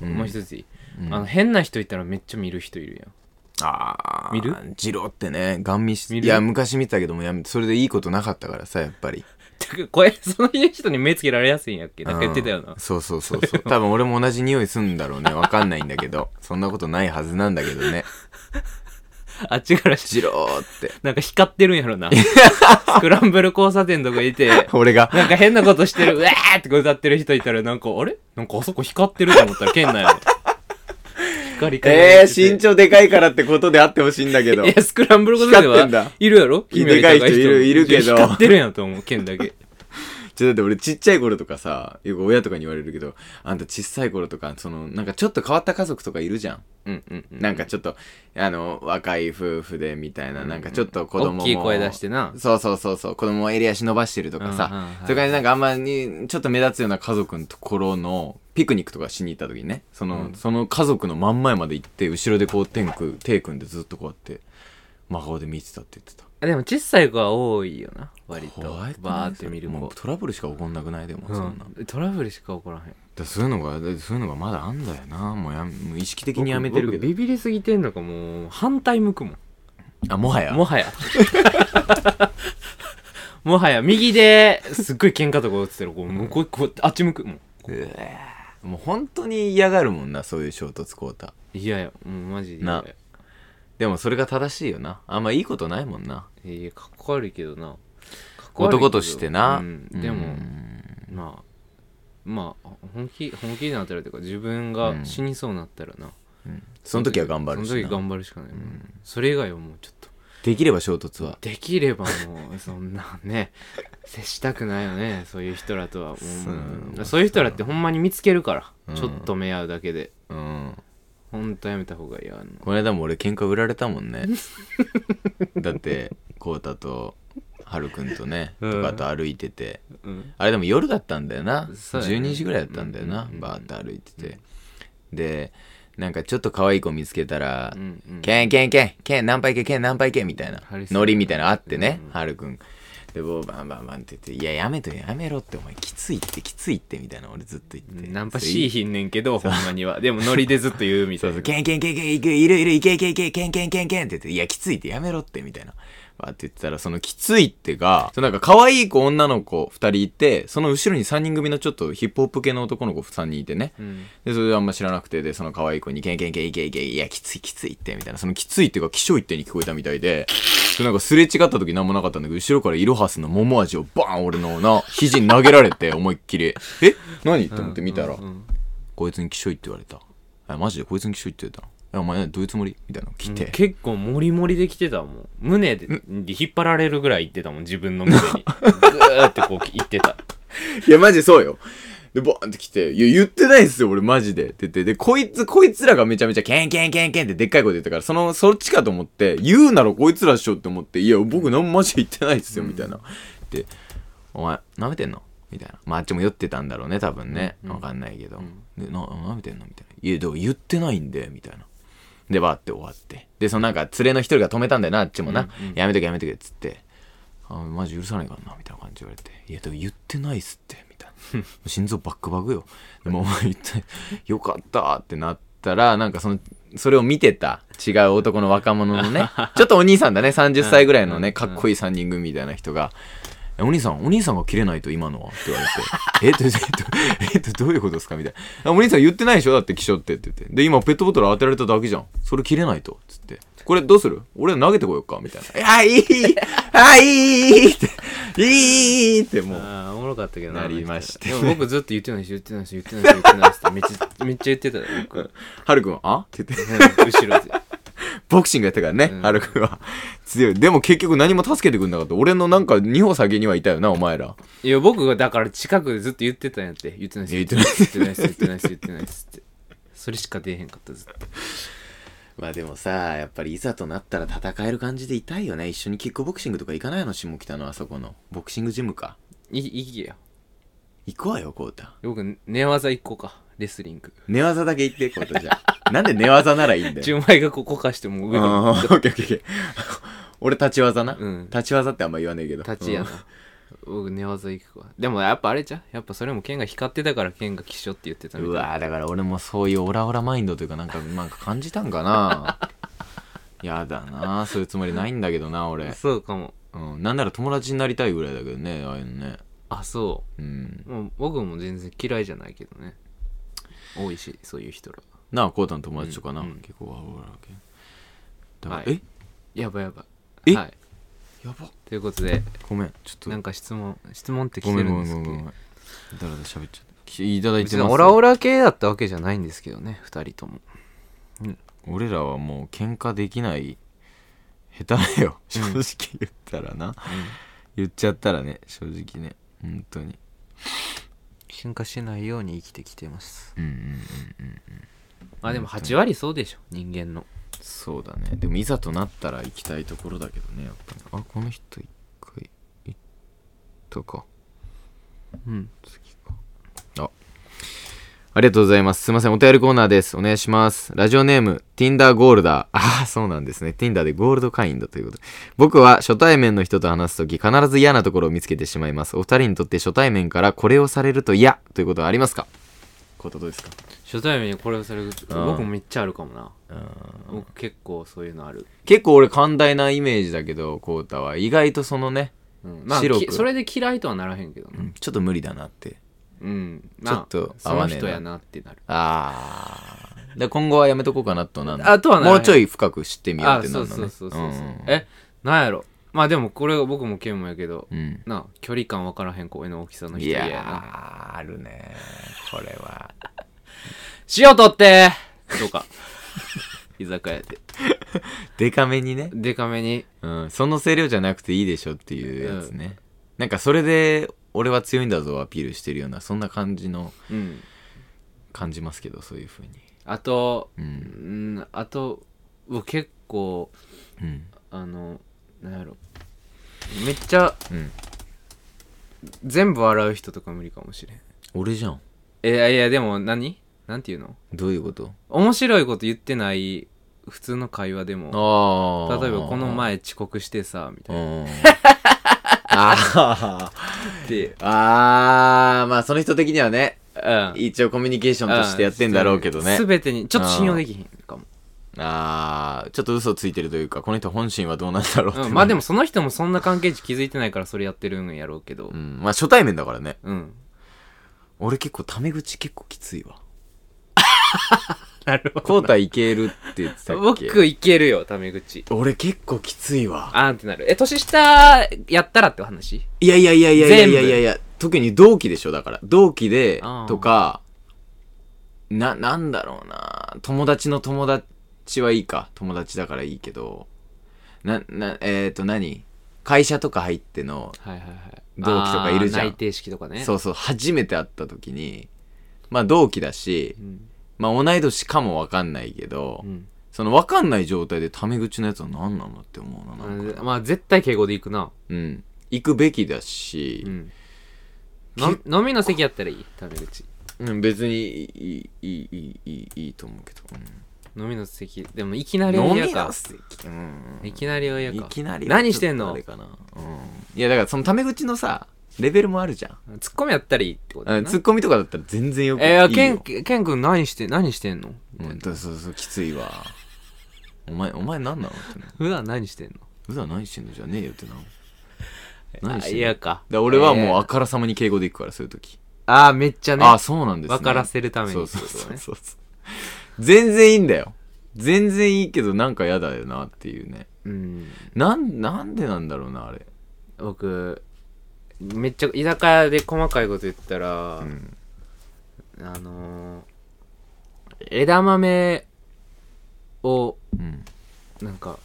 Speaker 2: うん
Speaker 1: もう一ついい、
Speaker 2: うん
Speaker 1: あの変な人いたらめっちゃ見る人いるやん
Speaker 2: ああ
Speaker 1: 見る
Speaker 2: ジローってねガン見し
Speaker 1: 見
Speaker 2: い
Speaker 1: る
Speaker 2: や昔見てたけどもやめそれでいいことなかったからさやっぱり
Speaker 1: てかこれその人に目つけられやすいんやっけなんか言ってたよ
Speaker 2: う
Speaker 1: なん
Speaker 2: そうそうそう
Speaker 1: <laughs>
Speaker 2: そう多分俺も同じ匂いすんだろうねわかんないんだけどそんなことないはずなんだけどね
Speaker 1: あっちからし
Speaker 2: ジローって
Speaker 1: なんか光ってるんやろなスクランブル交差点とかいて
Speaker 2: 俺が
Speaker 1: なんか変なことしてるうわーって歌ってる人いたらなんかあれなんかあそこ光ってると思ったら県内の光り輝いてて
Speaker 2: 長でかいからってことであってほしいんだけ
Speaker 1: <laughs> いやスクランブル交差点
Speaker 2: 光ってんだ
Speaker 1: はいるやろ
Speaker 2: いでかい人いるいるけど
Speaker 1: 光ってるんやと思う県だけ
Speaker 2: ちょだって俺ちっちゃい頃とかさ、よく親とかに言われるけど、あんた小さい頃とか、その、なんかちょっと変わった家族とかいるじゃん。
Speaker 1: うんうんうん
Speaker 2: なんかちょっと、あの、若い夫婦でみたいな、なんかちょっと子供も。
Speaker 1: 大きい声出してな
Speaker 2: そうそうそうそう、子供を襟足伸ばしてるとか
Speaker 1: うんうん
Speaker 2: さ
Speaker 1: はい、
Speaker 2: それからなんかあんまり、ちょっと目立つような家族のところの、ピクニックとかしに行った時にね、その、その家族の真ん前まで行って、後ろでこう手組ん手組んでずっとこうやって、真顔で見てたって言ってた。
Speaker 1: あでも小さい子は多いよな割と
Speaker 2: 怖いくない
Speaker 1: バーって見る
Speaker 2: もう
Speaker 1: 子
Speaker 2: トラブルしか起こんなくないでも、
Speaker 1: う
Speaker 2: そんな。
Speaker 1: んトラブルしか起こらへん
Speaker 2: だそういうのがだそういうのがまだあんだよなもうやめもう意識的にやめてるけ
Speaker 1: 僕
Speaker 2: ど
Speaker 1: ビビりすぎてんのかもう反対向くもん
Speaker 2: あもはや
Speaker 1: もはや <laughs> もはや右ですっごい喧嘩とか打ってたらこう向こうこうあっち向くもん
Speaker 2: うえもう本当に嫌がるもんなそういう衝突コータ
Speaker 1: いやいやもうマジで
Speaker 2: なでもそれが正しいよなあんまいいことないもんない
Speaker 1: やかっこ悪いけどなかっこ悪いけど
Speaker 2: 男としてな、
Speaker 1: うんでも
Speaker 2: うん
Speaker 1: まあまあ本気本気になったらというか自分が死にそうになったらな
Speaker 2: その時は頑張るし
Speaker 1: その時
Speaker 2: な
Speaker 1: 頑張るしかない、それ以外はもうちょっと
Speaker 2: できれば衝突は
Speaker 1: できればもうそんな <laughs> ね接したくないよねそういう人らとはもう
Speaker 2: そう
Speaker 1: うんそういう人らってほんまに見つけるから、
Speaker 2: うん
Speaker 1: ちょっと目合うだけで
Speaker 2: うん
Speaker 1: ほんとやめた方がいいよあんな
Speaker 2: この間も俺喧嘩売られたも <laughs> んねだってこうたとはるくんとね、
Speaker 1: うん
Speaker 2: とかと歩いてて
Speaker 1: うん
Speaker 2: あれでも夜だったんだよな、
Speaker 1: そうだね
Speaker 2: 12時ぐらいだったんだよな、
Speaker 1: うん
Speaker 2: バーって歩いてて、でなんかちょっと可愛い子見つけたら「
Speaker 1: うんうん
Speaker 2: けんけんけんけん何杯けけん何杯け」みたいな
Speaker 1: 張りそう
Speaker 2: ノリみたいなのあってね、はるくんでもうバンバンバンって言って「いややめとやめろ」って「お前きついってきついって」みたいなの俺ずっと言ってて
Speaker 1: ナンパしいひんねんけどほんまにはでもノリでずっと言うみた
Speaker 2: そ
Speaker 1: いう
Speaker 2: そ
Speaker 1: な
Speaker 2: う、ケンケンケンケン、いく、いるいる、いけいけいけ、ケンケンケンケンって言って、いや、きついってやめろって、みたいな。わーって言ってたら、そのきついってが、そのなんか可愛い子、女の子二人いて、その後ろに三人組のちょっとヒップホップ系の男の子三人いてね。
Speaker 1: <laughs> うん
Speaker 2: で、それであんま知らなくて、で、その可愛い子に、ケンケンケン、いけいけ、いや、きついきついって、みたいな。そのきついってが、気象一点に聞こえたみたいで、でなんかすれ違った時なんもなかったんだけど、後ろからイロハスの桃味をバーン俺のな、肘に投げられて、思いっきり。え何って思って見たら
Speaker 1: うん、うん
Speaker 2: こいつにきしょいって言われた。え、マジでこいつにきしょいって言ったのえ、お前どういうつもりみたいなの来て。
Speaker 1: 結構モリモリで来てたもん胸で引っ張られるぐらい行ってたもん自分の胸 <laughs> にぐーってこう行ってた
Speaker 2: <laughs> いや、マジでそうよ。で、ボーンって来て、いや、言ってないっすよ、俺マジで。って言って、で、こいつ、こいつらがめちゃめちゃ、ケンケンケンケンってでっかい声で言ったから、その、そっちかと思って、言うならこいつらっしょって思って、いや、僕なんもマジで言ってないっすよ、みたいな。で、お前、舐めてんのみたいな。まあ、あっちも酔ってたんだろうね、多分ね。わかんないけど。で、な、舐めてんのみたいな。いや、でも言ってないんで、みたいな。で、バーって終わって。で、そのなんか、連れの一人が止めたんだよな、あっちもな。やめとけ、やめとけ、っつって。あマジ許さないからな、みたいな感じで言われて。いや、でも言ってないっすって、みたいな。 <laughs> 心臓バックバグよ。でも、お前言って、よかったってなったら、なんかその、それを見てた違う男の若者のね、ちょっとお兄さんだね、30歳ぐらいのね、かっこいい3人組みたいな人が、えお兄さん、お兄さんが切れないと今のはって言われて、えっと、えっと、えっと、どういうことですかみたいな。あお兄さん言ってないでしょだって気象ってって言って。で、今ペットボトル当てられただけじゃん。それ切れないと。つって。これどうする俺投げてこようかみたいな。あ、いいあ、いいって、いいってもう。
Speaker 1: ああおもろかったけど
Speaker 2: なりました
Speaker 1: でも僕ずっと言ってないし言ってないし言ってないし言ってないしってめっちゃめっちゃ言 <laughs> ってたよ僕
Speaker 2: はるくん、あって言って。
Speaker 1: 後ろで
Speaker 2: ボクシングやったからね、
Speaker 1: うん
Speaker 2: はるくんは。強い。でも結局何も助けてくんなかった。俺のなんか2歩先にはいたよな、お前ら。
Speaker 1: いや僕がだから近くでずっと言ってたんやって言ってないし
Speaker 2: 言ってない
Speaker 1: 言ってないし言ってないし言ってないしってそれしか出えへんかったずっと
Speaker 2: まあでもさ、やっぱりいざとなったら戦える感じで痛いよね。一緒にキックボクシングとか行かないの下北のあそこの。ボクシングジムか。
Speaker 1: いいいや
Speaker 2: 行こうよ、こうた。
Speaker 1: 僕寝技一個かレスリング
Speaker 2: 寝技だけ行って、こうたじゃ
Speaker 1: <laughs>
Speaker 2: あ。なんで寝技ならいいんだよ。
Speaker 1: 純愛がここかしてもう上に
Speaker 2: あーオッケーオッケーオッケー俺立ち技な、
Speaker 1: うん
Speaker 2: 立ち技ってあんま言わねえけど。
Speaker 1: 立ちやな
Speaker 2: うん
Speaker 1: 僕寝技行くわでもやっぱあれじゃんやっぱそれも剣が光ってたから剣が希少って言ってたみた
Speaker 2: う
Speaker 1: いな
Speaker 2: わーだから俺もそういうオラオラマインドというかなんかなんか感じたんか
Speaker 1: <laughs>
Speaker 2: なやだなそういうつもりないんだけどな俺、
Speaker 1: そうかも
Speaker 2: うん、なんなら友達になりたいぐらいだけどねああいうのね
Speaker 1: あそ
Speaker 2: うん
Speaker 1: うもう僕も全然嫌いじゃないけどね多いしそういう人ら
Speaker 2: なあこうたの友達とかな、
Speaker 1: うんうん
Speaker 2: 結構わオラ系だから、
Speaker 1: はい
Speaker 2: え
Speaker 1: やばいやばい
Speaker 2: え
Speaker 1: はい、
Speaker 2: やば
Speaker 1: ということで
Speaker 2: ごめんちょっと
Speaker 1: なんか質問質問って来
Speaker 2: ご
Speaker 1: て
Speaker 2: め
Speaker 1: る
Speaker 2: んご
Speaker 1: ん
Speaker 2: め
Speaker 1: です
Speaker 2: んご
Speaker 1: け
Speaker 2: めんご
Speaker 1: ど
Speaker 2: めんだらだら喋っちゃったきいただいて
Speaker 1: 別
Speaker 2: ま
Speaker 1: に
Speaker 2: す
Speaker 1: オラオラ系だったわけじゃないんですけどね2人とも
Speaker 2: 俺らはもう喧嘩できない下手だよ正直言ったらな、言っちゃったらね正直ね本当に
Speaker 1: 喧嘩しないように生きてきてます
Speaker 2: うんうんうん
Speaker 1: まあでも8割そうでしょ人間の
Speaker 2: そうだねでもいざとなったら行きたいところだけどねやっぱりあこの人一回行ったか
Speaker 1: うん
Speaker 2: 次かあありがとうございますすいませんお便りコーナーですお願いしますラジオネーム Tinder ゴールダーああそうなんですね Tinder でゴールド会員だということで僕は初対面の人と話すとき必ず嫌なところを見つけてしまいますお二人にとって初対面からこれをされると嫌ということはありますかこういうことですか
Speaker 1: 初対面にこれをされる
Speaker 2: あー
Speaker 1: 僕もめっちゃあるかもな僕結構そういうのある、
Speaker 2: 結構俺寛大なイメージだけどこうたは意外とそのね、
Speaker 1: うん、まあ
Speaker 2: 白く
Speaker 1: きそれで嫌いとはならへんけどな
Speaker 2: ちょっと無理だなって
Speaker 1: うんまあ
Speaker 2: ちょっと
Speaker 1: そ
Speaker 2: 合
Speaker 1: の
Speaker 2: わねえな
Speaker 1: 人やなってなる
Speaker 2: ああで今後はやめとこうかなとなんだ
Speaker 1: あとはならへ
Speaker 2: も
Speaker 1: ん
Speaker 2: うちょい深く知ってみよう
Speaker 1: あ
Speaker 2: ってな
Speaker 1: そ
Speaker 2: る
Speaker 1: う
Speaker 2: の
Speaker 1: そ
Speaker 2: ね
Speaker 1: うそうそうそう、
Speaker 2: ん
Speaker 1: えなんやろまあでもこれ僕も剣もやけど、
Speaker 2: うん
Speaker 1: なあ距離感分からへん声の大きさの人
Speaker 2: い
Speaker 1: 嫌
Speaker 2: や
Speaker 1: やな
Speaker 2: ーあるねこれは
Speaker 1: 塩取ってと <laughs> か居酒屋で
Speaker 2: デカめにね、
Speaker 1: でかめに
Speaker 2: うん、その声量じゃなくていいでしょっていうやつね、なんかそれで俺は強いんだぞをアピールしてるようなそんな感じの
Speaker 1: うん
Speaker 2: 感じますけどそういうふうに
Speaker 1: あと
Speaker 2: う
Speaker 1: うんんあと僕結構
Speaker 2: うん
Speaker 1: あのなんやろめっちゃ
Speaker 2: うん
Speaker 1: 全部笑う人とか無理かもしれん
Speaker 2: 俺じゃん
Speaker 1: えいやいやでも何なんていうの
Speaker 2: どういうこと
Speaker 1: 面白いこと言ってない普通の会話でも
Speaker 2: ああ
Speaker 1: 例えばこの前遅刻してさみた
Speaker 2: う
Speaker 1: いなん
Speaker 2: <laughs> あー <laughs>
Speaker 1: で
Speaker 2: あーまあその人的にはね
Speaker 1: うん
Speaker 2: 一応コミュニケーションとしてやってんだろうけどね
Speaker 1: 全てにちょっと信用できひんかも、
Speaker 2: あーちょっと嘘ついてるというかこの人本心はどうなんだろうって、
Speaker 1: うん、まあでもその人もそんな関係値気づいてないからそれやってるんやろうけど
Speaker 2: うんまあ初対面だからね
Speaker 1: うん
Speaker 2: 俺結構タメ口結構きついわ
Speaker 1: <laughs> なるほ
Speaker 2: コウタいけるって言ってたっけ
Speaker 1: 僕いけるよタメ口
Speaker 2: 俺結構きついわ
Speaker 1: あーんってなるえ年下やったらって話
Speaker 2: いやいやいやいやいや
Speaker 1: 全
Speaker 2: い
Speaker 1: 部
Speaker 2: やいやいや特に同期でしょだから同期で
Speaker 1: あー
Speaker 2: とかななんだろうな友達の友達はいいか友達だからいいけどななえっ、ー、と何会社とか入っての
Speaker 1: はいはいはい
Speaker 2: 同期とかいるじゃん
Speaker 1: あー内定式とかね、
Speaker 2: そううそう初めて会った時にまあ同期だし
Speaker 1: ん
Speaker 2: まあ同い年かも分かんないけど、
Speaker 1: うん
Speaker 2: その分かんない状態でタメ口のやつは何なのって思うななんか
Speaker 1: まあ絶対敬語でいくな
Speaker 2: うん行くべきだし
Speaker 1: う、んの飲みの席やったらいいタメ口
Speaker 2: うん、別にいいいいいいいいいいと思うけど、
Speaker 1: 飲みの席でもいきなり
Speaker 2: 飲
Speaker 1: は嫌
Speaker 2: み
Speaker 1: か
Speaker 2: 出す時うん
Speaker 1: いきなりは嫌
Speaker 2: い
Speaker 1: か
Speaker 2: きなり
Speaker 1: 何してんの
Speaker 2: あれかな、うん、いやだからそのタメ口のさレベルもあるじゃん
Speaker 1: ツッコミやったらいいってこと
Speaker 2: う
Speaker 1: だ
Speaker 2: ん
Speaker 1: な
Speaker 2: ツッコミとかだったら全然よくいい
Speaker 1: え
Speaker 2: よ
Speaker 1: ー、ケン、ケン君何して、何してんの
Speaker 2: うん、だそうそうきついわお前お前何なのってな
Speaker 1: 普段何してんの
Speaker 2: 普段何してんのじゃねえよってな何してん
Speaker 1: あ
Speaker 2: の
Speaker 1: 嫌か。
Speaker 2: で俺はもう
Speaker 1: あ
Speaker 2: あからさまに敬語でいくからそういう時、
Speaker 1: あー、めっちゃね。
Speaker 2: ああそうなんですね
Speaker 1: 分からせるために
Speaker 2: そ
Speaker 1: っ
Speaker 2: う
Speaker 1: て
Speaker 2: そ
Speaker 1: こ
Speaker 2: う
Speaker 1: と
Speaker 2: そう
Speaker 1: ね
Speaker 2: そうそう全然いいんだよ全然いいけどなんか嫌だよなっていうね
Speaker 1: うん。
Speaker 2: なんなんでなんだろうなあれ
Speaker 1: 僕、めっちゃ、居酒屋で細かいこと言ったら、
Speaker 2: うん
Speaker 1: あのー、枝豆を、
Speaker 2: うん
Speaker 1: なんか、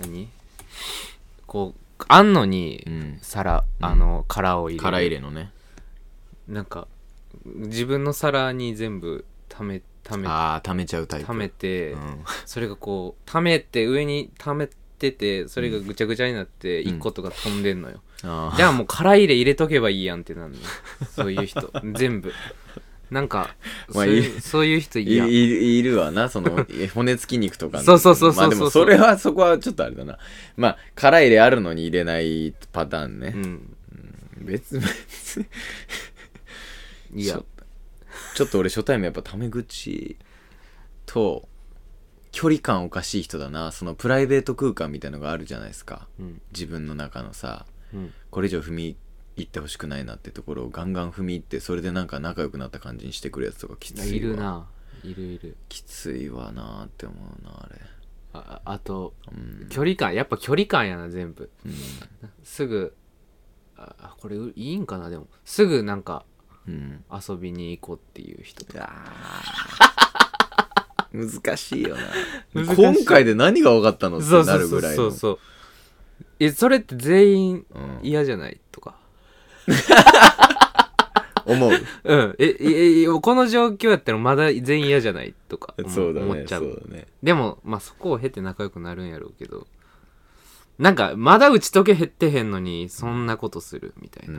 Speaker 1: 何こう、あんのに、
Speaker 2: うん
Speaker 1: 皿、
Speaker 2: ん
Speaker 1: あの、殻を入れる。
Speaker 2: 殻入れのね
Speaker 1: なんか、自分の皿に全部、ため、ため、
Speaker 2: ああ溜めちゃうタイプ
Speaker 1: ためて、
Speaker 2: うん
Speaker 1: それがこう溜めて上に溜めててそれがぐちゃぐちゃになって
Speaker 2: うん
Speaker 1: 1個とか飛んでんのよ、
Speaker 2: あ
Speaker 1: じ
Speaker 2: ゃ
Speaker 1: ゃあもう殻入れ入れとけばいいやんってなんのよそういう人全部なんか、
Speaker 2: ま
Speaker 1: そ
Speaker 2: あ
Speaker 1: う
Speaker 2: い
Speaker 1: いう
Speaker 2: い
Speaker 1: そういう人
Speaker 2: い
Speaker 1: いやん
Speaker 2: いいるわなその <laughs> え骨付き肉とかの
Speaker 1: そうそうそうそう
Speaker 2: まあでもそれはそこはちょっとあれだなまあ殻入れあるのに入れないパターン
Speaker 1: う
Speaker 2: ね、
Speaker 1: ん
Speaker 2: 別別に
Speaker 1: いや
Speaker 2: ちょちょっと俺初対面やっぱタメ口と距離感おかしい人だなそのプライベート空間みたいのがあるじゃないですか
Speaker 1: うん
Speaker 2: 自分の中のさ
Speaker 1: うん
Speaker 2: これ以上踏み入ってほしくないなってところをガンガン踏み入ってそれでなんか仲良くなった感じにしてくるやつとかきついわ
Speaker 1: いるないるいる
Speaker 2: きついわなって思うなあれ
Speaker 1: ああと
Speaker 2: うん
Speaker 1: 距離感やっぱ距離感やな全部
Speaker 2: うん
Speaker 1: すぐああこれいいんかなでもすぐなんか
Speaker 2: うん
Speaker 1: <laughs> 遊びに行こうっていう人とか
Speaker 2: あー難しいよな
Speaker 1: 難しい
Speaker 2: 今回で何が分かったのって
Speaker 1: そう
Speaker 2: な
Speaker 1: そ
Speaker 2: る
Speaker 1: うそ
Speaker 2: ぐ
Speaker 1: う
Speaker 2: らい
Speaker 1: そ
Speaker 2: の
Speaker 1: うそうえそれって全員
Speaker 2: うん
Speaker 1: 嫌じゃないとか
Speaker 2: 思う
Speaker 1: うんえええこの状況やったらまだ全員嫌じゃないとか思
Speaker 2: <laughs> そうだ
Speaker 1: 思っ
Speaker 2: ね
Speaker 1: ちゃ
Speaker 2: そううだね
Speaker 1: でもまあそこを経て仲良くなるんやろうけどなんかまだ打ち解け減ってへんのにそんなことするみたい
Speaker 2: うん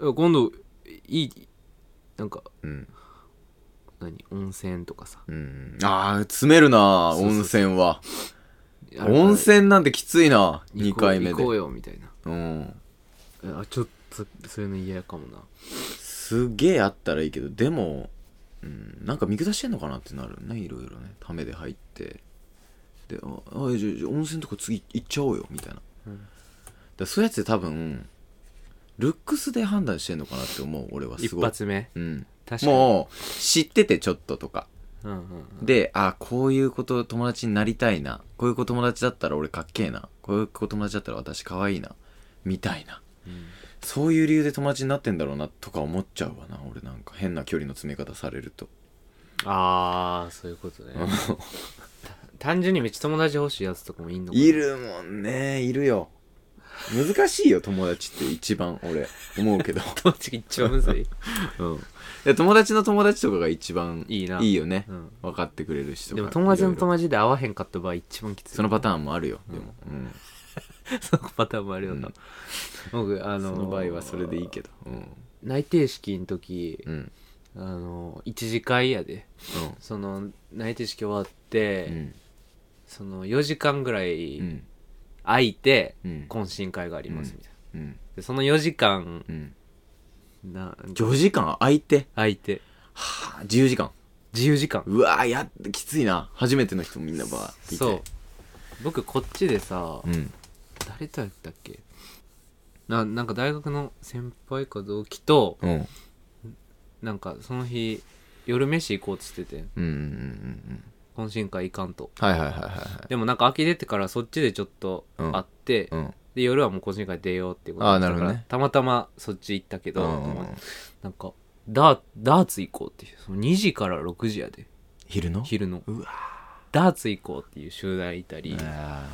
Speaker 2: う
Speaker 1: な、
Speaker 2: ん
Speaker 1: え今度いいなんか
Speaker 2: うん
Speaker 1: 何温泉とかさ
Speaker 2: うん、あー詰めるな
Speaker 1: そうそうそう
Speaker 2: 温泉は
Speaker 1: やっぱ
Speaker 2: 温泉なんてきついな
Speaker 1: 行
Speaker 2: 2
Speaker 1: こう
Speaker 2: 回目
Speaker 1: 行こう
Speaker 2: で
Speaker 1: よみたいな
Speaker 2: うん
Speaker 1: えあちょっとそういうの嫌かもな
Speaker 2: すげえあったらいいけどでも、うん、なんか見下してんのかなってなるねいろいろねためで入ってでああじゃあじゃあ温泉とか次行っちゃおうよみたいな、
Speaker 1: うん
Speaker 2: だからそういうやつで多分ルックスで判断してんのかなって思う俺はす
Speaker 1: 一
Speaker 2: ごい
Speaker 1: 発目
Speaker 2: うん、
Speaker 1: 確かに
Speaker 2: もう知っててちょっととか
Speaker 1: うんうんうん
Speaker 2: で、あこういう子と友達になりたいな。こういう子友達だったら俺かっけえな。こういう子友達だったら私かわいいな。みたいな。
Speaker 1: うん
Speaker 2: そういう理由で友達になってんだろうなとか思っちゃうわな。俺なんか変な距離の詰め方されると。
Speaker 1: ああそういうことね <laughs> 単純にめっちゃ友達欲しいやつとかもいんのかない
Speaker 2: るもんね。いるよ。難しいよ友達って一番俺思う <laughs> けど、
Speaker 1: 友達が一番むず <laughs> い。
Speaker 2: うん、で友達の友達とかが一番
Speaker 1: いいない
Speaker 2: いよね
Speaker 1: うん。
Speaker 2: 分かってくれるしとか
Speaker 1: でも友達の
Speaker 2: いろいろ
Speaker 1: 友達で会わへんかった場合一番きつい。
Speaker 2: そのパターンもあるよでも、うん
Speaker 1: そのパターンもあるよな。僕、あの
Speaker 2: その場合はそれでいいけどうん
Speaker 1: 内定式の時、
Speaker 2: うん
Speaker 1: あの、一次会やで。その、内定式終わって、
Speaker 2: うんうん
Speaker 1: その、4時間ぐら
Speaker 2: う
Speaker 1: い
Speaker 2: ん
Speaker 1: 空いて、
Speaker 2: うん
Speaker 1: 懇親会がありますみたいな。
Speaker 2: うん
Speaker 1: でその4時間、
Speaker 2: うん
Speaker 1: な、
Speaker 2: 4時間空いて
Speaker 1: 空いて、
Speaker 2: はあ自由時間
Speaker 1: 自由時間。
Speaker 2: うわーやっきついな初めての人もみんなバーっていて
Speaker 1: そう。僕、こっちでさ、
Speaker 2: うん
Speaker 1: 誰とやったっけななんか大学の先輩か同期と
Speaker 2: うんうん
Speaker 1: なんかその日夜飯行こうっつってて
Speaker 2: うんうんうん
Speaker 1: 懇親会行かんと
Speaker 2: はいはいはいはいはい
Speaker 1: でもなんか秋出てからそっちでちょっと
Speaker 2: うん
Speaker 1: 会って、
Speaker 2: うん
Speaker 1: で夜はもう懇親会出ようっていうこと
Speaker 2: あー
Speaker 1: だったから
Speaker 2: なるほどね
Speaker 1: たまたまそっち行ったけど、
Speaker 2: うんうんうん
Speaker 1: なんかダーダーツ行こうっていうその2時から6時やで
Speaker 2: 昼の
Speaker 1: 昼の
Speaker 2: うわ
Speaker 1: ダーツ行こうっていう集団いたり、
Speaker 2: あ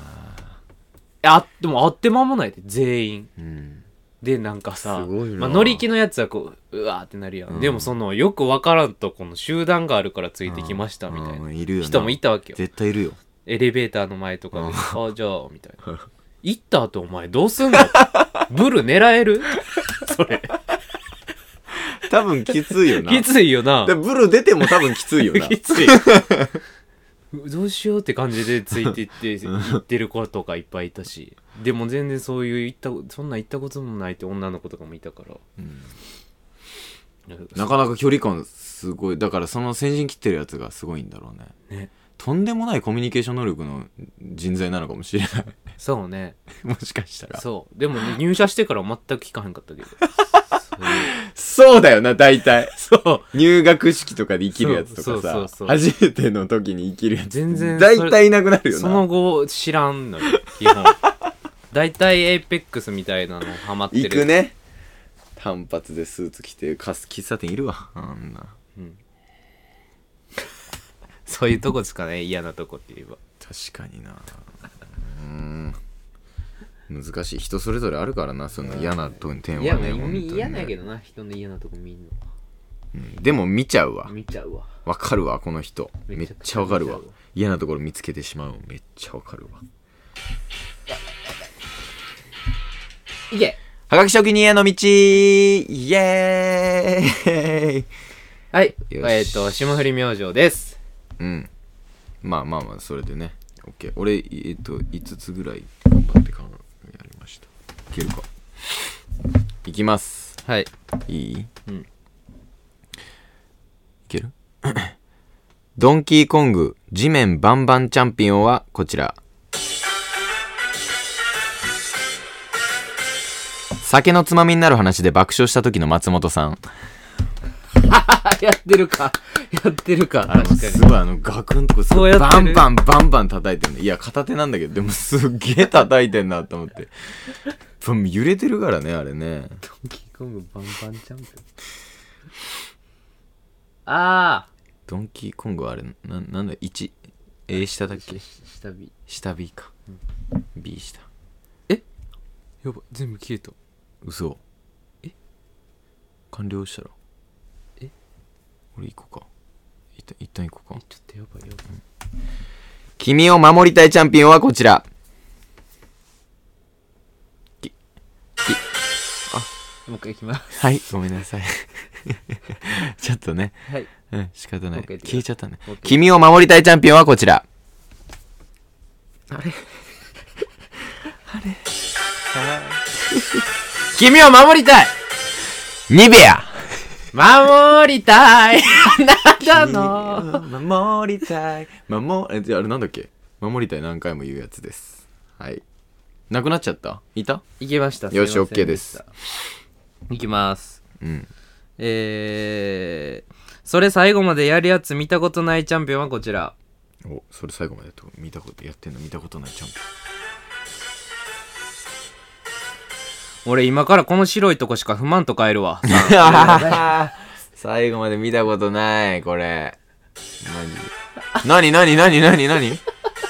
Speaker 1: あでも会って間もないで全員
Speaker 2: ーうん
Speaker 1: でなんかさ
Speaker 2: すごいな
Speaker 1: まあ、乗り気のやつはこううわーってなるやん、
Speaker 2: うん
Speaker 1: でもそのよくわからんとこの集団があるからついてきましたみたい
Speaker 2: うんう
Speaker 1: なん
Speaker 2: いるよな
Speaker 1: 人もいたわけよ
Speaker 2: 絶対いるよ <laughs>
Speaker 1: エレベーターの前とかで「
Speaker 2: うん
Speaker 1: あじゃあ」みたい
Speaker 2: うん
Speaker 1: な「行った後お前どうすん
Speaker 2: <laughs>
Speaker 1: のブル狙える? 」それ
Speaker 2: 多分 <laughs> きついよな
Speaker 1: きついよな <laughs>
Speaker 2: でブル出ても多 <laughs> 分きついよな
Speaker 1: きついどうしようって感じでついていって行ってる子とかいっぱいいたしでも全然そういう行ったそんなん行ったこともないって女の子とかもいたから
Speaker 2: うんなかなか距離感すごいだからその先陣切ってるやつがすごいんだろうね
Speaker 1: ね
Speaker 2: とんでもないコミュニケーション能力の人材なのかもしれない
Speaker 1: そうね <laughs>
Speaker 2: もしかしたらそ
Speaker 1: そうでも、ね、入社してから全く聞かへんか
Speaker 2: <laughs>
Speaker 1: ったけどそう
Speaker 2: うだよな大体
Speaker 1: <laughs> そう
Speaker 2: 入学式とかで生きるやつと
Speaker 1: そうそうそ
Speaker 2: か
Speaker 1: うそ
Speaker 2: さ
Speaker 1: う
Speaker 2: 初めての時に生きるやつ
Speaker 1: 全然
Speaker 2: 大体いなくなるよな
Speaker 1: その後知らんのよ基本大体エイペックスみたいなのハマってる
Speaker 2: 行く、ね短髪でスーツ着てかす喫茶店いるわあんな
Speaker 1: うん、そういうとこですかね嫌なとこって言えば
Speaker 2: 確かになうーん難しい人それぞれあるからなその嫌なと点はね
Speaker 1: 嫌な
Speaker 2: 本当にね
Speaker 1: 嫌なんやけどな人の嫌なとこ見んの
Speaker 2: うんでも見ちゃうわ
Speaker 1: 見ちゃうわ
Speaker 2: わかるわこの人め
Speaker 1: め
Speaker 2: っ
Speaker 1: ちゃくちゃ
Speaker 2: ちゃわかるわ
Speaker 1: 見ちゃうわ
Speaker 2: 嫌なところ見つけてしまうめっちゃわかるわ
Speaker 1: いけ
Speaker 2: はがき職人への道イエーイ
Speaker 1: はい
Speaker 2: よし
Speaker 1: えっ、と霜降り明星です
Speaker 2: うんまあまあまあそれでね OK 俺えっと5つぐらい頑張って考えやりましたいけるかいきます
Speaker 1: はい
Speaker 2: いい
Speaker 1: うん
Speaker 2: いける <coughs> ドンキーコング地面バンバンチャンピオンはこちら酒のつまみになる話で爆笑した時の松本さん
Speaker 1: あやってるか <laughs> やってるか
Speaker 2: あの
Speaker 1: 確か
Speaker 2: すごいあのガクンとこうす
Speaker 1: そう
Speaker 2: ごい
Speaker 1: やって
Speaker 2: バン
Speaker 1: る
Speaker 2: バンバンバン叩いてるのいや片手なんだけどでもすっげえ叩いてんなと思ってぶん揺れてるからねあれね
Speaker 1: にキーコングバンバンチャンピオンあ
Speaker 2: ドンキーコングはあれななんだ 1A 下だっけ
Speaker 1: あ下火
Speaker 2: 下 B か、B 下
Speaker 1: やば全部消えた
Speaker 2: 嘘
Speaker 1: え
Speaker 2: 完了したら
Speaker 1: え
Speaker 2: 俺行こうか一旦一旦行こう
Speaker 1: え
Speaker 2: か
Speaker 1: ちょっとやばいやばい
Speaker 2: 君を守りたいチャンピオンはこちら
Speaker 1: もう一回いきます。
Speaker 2: はいごめんなさい <laughs> ちょっとね
Speaker 1: はい。
Speaker 2: うん仕方
Speaker 1: も
Speaker 2: な
Speaker 1: う
Speaker 2: い
Speaker 1: 一回やってください
Speaker 2: 消えちゃったね
Speaker 1: もう一回
Speaker 2: 君を守りたいチャンピオンはこちら
Speaker 1: あれ <laughs>
Speaker 2: 君を守りたいニベア
Speaker 1: 守りたいあ
Speaker 2: <laughs>
Speaker 1: なたの
Speaker 2: 君を守りたい守えじゃああれなんだっけ守りたい何回も言うやつですはいなくなっちゃったいた
Speaker 1: いきました。
Speaker 2: よし
Speaker 1: すいません
Speaker 2: OK です。
Speaker 1: いきます。
Speaker 2: うん
Speaker 1: えー、それ最後までやるやつ見たことないチャンピオンはこちら。
Speaker 2: おそれ最後までと見たことやってんの見たことないチャンピ
Speaker 1: 俺今からこの白いとこしか不満と変えるわ。
Speaker 2: オンあー <laughs> 最後まで見たことないこれマジ何何何何何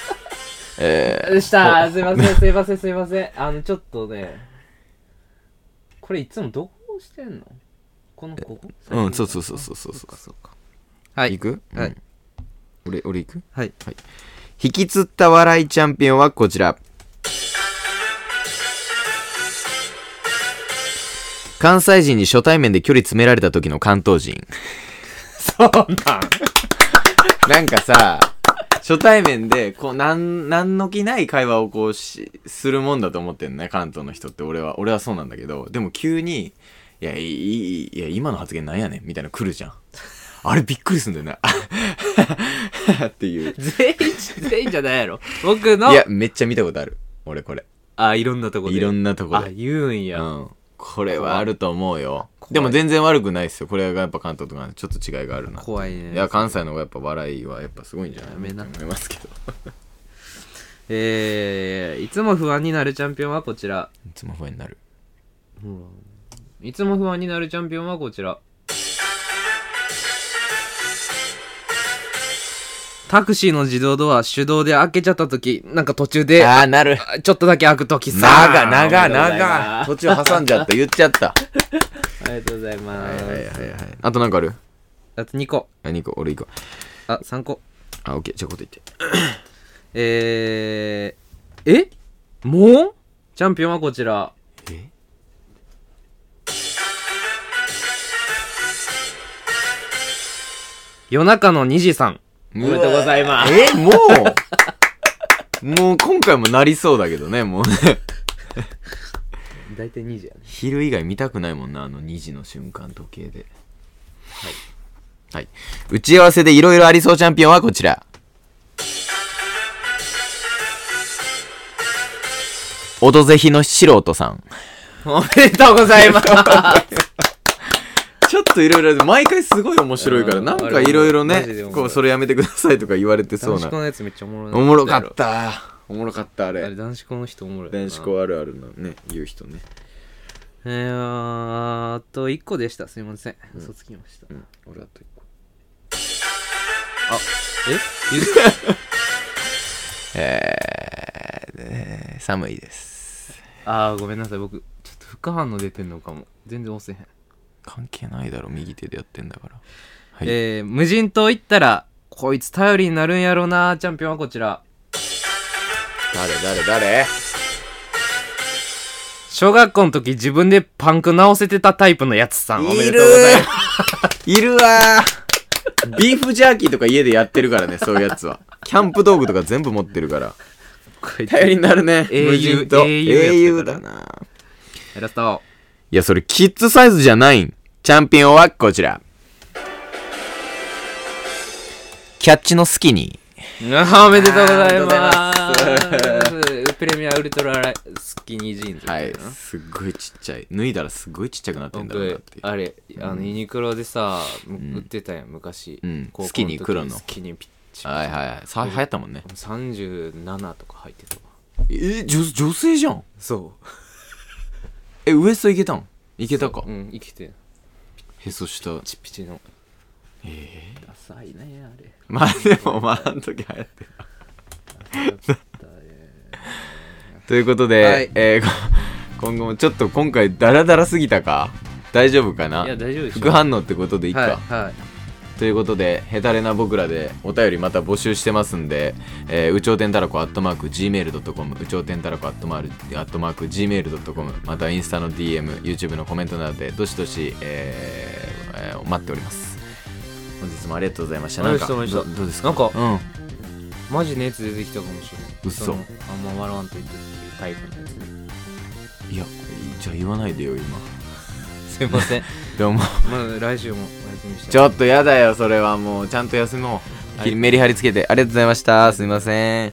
Speaker 2: <laughs> え
Speaker 1: でした。 <laughs> すいません、すいません、すいません。あの、ちょっとね、これいつもどうしてんのこのここ
Speaker 2: ー、うん、そうそうそうそうそうそう。
Speaker 3: そうか。はい。
Speaker 2: 行く、
Speaker 3: はい
Speaker 2: うん俺、俺行く
Speaker 3: はい。
Speaker 2: 引きつった笑いチャンピオンはこちら。関西人に初対面で距離詰められた時の関東人。
Speaker 1: そうなん
Speaker 2: なんかさ、初対面で、こう、なん、なんの気ない会話をこうし、するもんだと思ってんね、関東の人って。俺は、俺はそうなんだけど、でも急に、いや、いい、いいいや、今の発言なんやねん、みたいなの来るじゃん。あれびっくりすんだよね。あっていう。
Speaker 3: 全員、全員じゃないやろ。僕の
Speaker 2: い、や、めっちゃ見たことある。俺これ。
Speaker 1: あ、いろんなとこで。
Speaker 2: いろんなとこ
Speaker 1: あ、
Speaker 2: で。
Speaker 1: 言うんや。
Speaker 2: うん。これはあると思うよ。
Speaker 3: 怖い
Speaker 2: でも全然悪くないですよ。これがやっぱ関東とかちょっと違いがあるな。
Speaker 3: 怖いね
Speaker 2: いや、関西の方がやっぱ笑いはやっぱすごいんじゃない
Speaker 3: やめな
Speaker 2: と思いますけど。
Speaker 3: えー、いつも不安になるチャンピオンはこちら。
Speaker 2: いつも不安になる。
Speaker 1: いつも不安になるチャンピオンはこちら。
Speaker 3: タクシーの自動ドア手動で開けちゃった時、なんか途中で、
Speaker 2: ああ、なる。
Speaker 3: ちょっとだけ開く時さ。
Speaker 2: 長、長、
Speaker 1: おめでとうございま
Speaker 2: 長。途中挟んじゃった、言っちゃった。
Speaker 1: ありがとうございます。
Speaker 2: はい。あとなんかある
Speaker 3: あと2個。
Speaker 2: あ、2個、俺行こう。
Speaker 3: あ、3個。
Speaker 2: あ、オッケー、じゃあこと言って。
Speaker 3: えー、えもうチャンピオンはこちら。
Speaker 2: え
Speaker 3: 夜中の2時さん。
Speaker 2: お
Speaker 1: おめでとうございます。
Speaker 2: え、もう <laughs> もう今回もなりそうだけどね、もうね。
Speaker 1: 大体2時やね。
Speaker 2: 昼以外見たくないもんな、あの2時の瞬間、時計で。はい。はい。打ち合わせでいろいろありそうチャンピオンはこちら。オドぜひの素人さん。
Speaker 3: おめでとうございます。
Speaker 2: ちょっといろいろ、毎回すごい面白いから、
Speaker 1: うん
Speaker 2: なんかいろいろ
Speaker 1: あれ
Speaker 2: ね
Speaker 1: マジで面、白い
Speaker 2: こう、それやめてくださいとか言われてそう
Speaker 3: 男子
Speaker 2: な
Speaker 3: 校。のやつめっちゃおもろいな
Speaker 2: おもろかった。おもろかった、あ
Speaker 3: あれ
Speaker 2: れ。
Speaker 3: 男子校の人おもろいな
Speaker 2: 電子校あるあるのね、言う人ね。
Speaker 3: えー、あーと1個でしたすいません嘘つきました、
Speaker 2: うん、俺だと一個。
Speaker 3: え言う
Speaker 2: <laughs> えー寒いです。
Speaker 3: あーごめんなさい僕ちょっと副反応出てんのかも全然押せへん、
Speaker 2: 関係ないだろ、右手でやってんだから。はい
Speaker 3: えー、無人島行ったらこいつ頼りになるんやろなチャンピオンはこちら
Speaker 2: 誰誰誰
Speaker 3: 小学校の時自分でパンク直せてたタイプのやつさんおめ
Speaker 2: い
Speaker 3: で
Speaker 2: る
Speaker 3: とうございます
Speaker 2: いるわービーフジャーキーとか家でやってるからね、そういうやつは。キャンプ道具とか全部持ってるから。
Speaker 3: こいつ
Speaker 2: 頼りになるね。
Speaker 3: 英雄
Speaker 2: 無人島
Speaker 3: 英雄やって
Speaker 2: 英雄
Speaker 3: たから
Speaker 2: だな。
Speaker 3: ラスト
Speaker 2: いや、それキッズサイズじゃないん。チャンピオンはこちら。キャッチのスキニ
Speaker 3: あーおめでとうござい
Speaker 2: あーおめでとう
Speaker 3: ますプレミアウルトラライスキニージーンズみ
Speaker 2: ー。は
Speaker 3: た
Speaker 2: い
Speaker 3: な。
Speaker 2: すっごいちっちゃい。脱いだらすっごいちっちゃくなってんだろうなっ
Speaker 1: 僕
Speaker 2: ていう。
Speaker 1: あれあのユニクロでさ、む売ってたやん昔、
Speaker 2: うん
Speaker 1: 高校の時
Speaker 2: スキニー黒の
Speaker 1: スキニーピッチ
Speaker 2: はいはいはい。さ、流行ったもんね。
Speaker 1: 37とか入ってたわ
Speaker 2: え、女、女性じゃん。
Speaker 1: そ
Speaker 2: え、ウエストいけたんいけたか
Speaker 1: う。うん生きてん
Speaker 2: へそ下。
Speaker 1: ピチピチの
Speaker 3: ダサいねあれ
Speaker 2: まあでも、まあ、あの時流行ってた。 <laughs> ということで、
Speaker 3: はい
Speaker 2: えーこ今後もちょっと今回ダラダラすぎたか大丈夫かない
Speaker 1: や大丈夫でしょ
Speaker 2: 副反応ってことでいいか、
Speaker 3: はいはい
Speaker 2: ということでヘタレな僕らでお便りまた募集してますんで、えー、うちょうてんたらこアットマーク Gmail.com うちょうてんたらこアットマーク Gmail.com またインスタの DMYouTube のコメントなどでどしどし、えーえー待っております本日もありがとうございましたなんか
Speaker 1: ありがとうございま
Speaker 2: ど
Speaker 1: した
Speaker 2: どうですか
Speaker 1: なんか
Speaker 2: うん
Speaker 1: マジのやつ出てきたかもしれない
Speaker 2: 嘘
Speaker 1: のあんま笑わんと言ってっていうタイプのやつね
Speaker 2: いやじゃあ言わないでよ今
Speaker 1: すいません
Speaker 2: でももう <laughs>
Speaker 1: まあ来週もお休みして
Speaker 2: ちょっとやだよそれはもうちゃんと休もう、
Speaker 1: はい
Speaker 2: メリハリつけてありがとうございましたすいません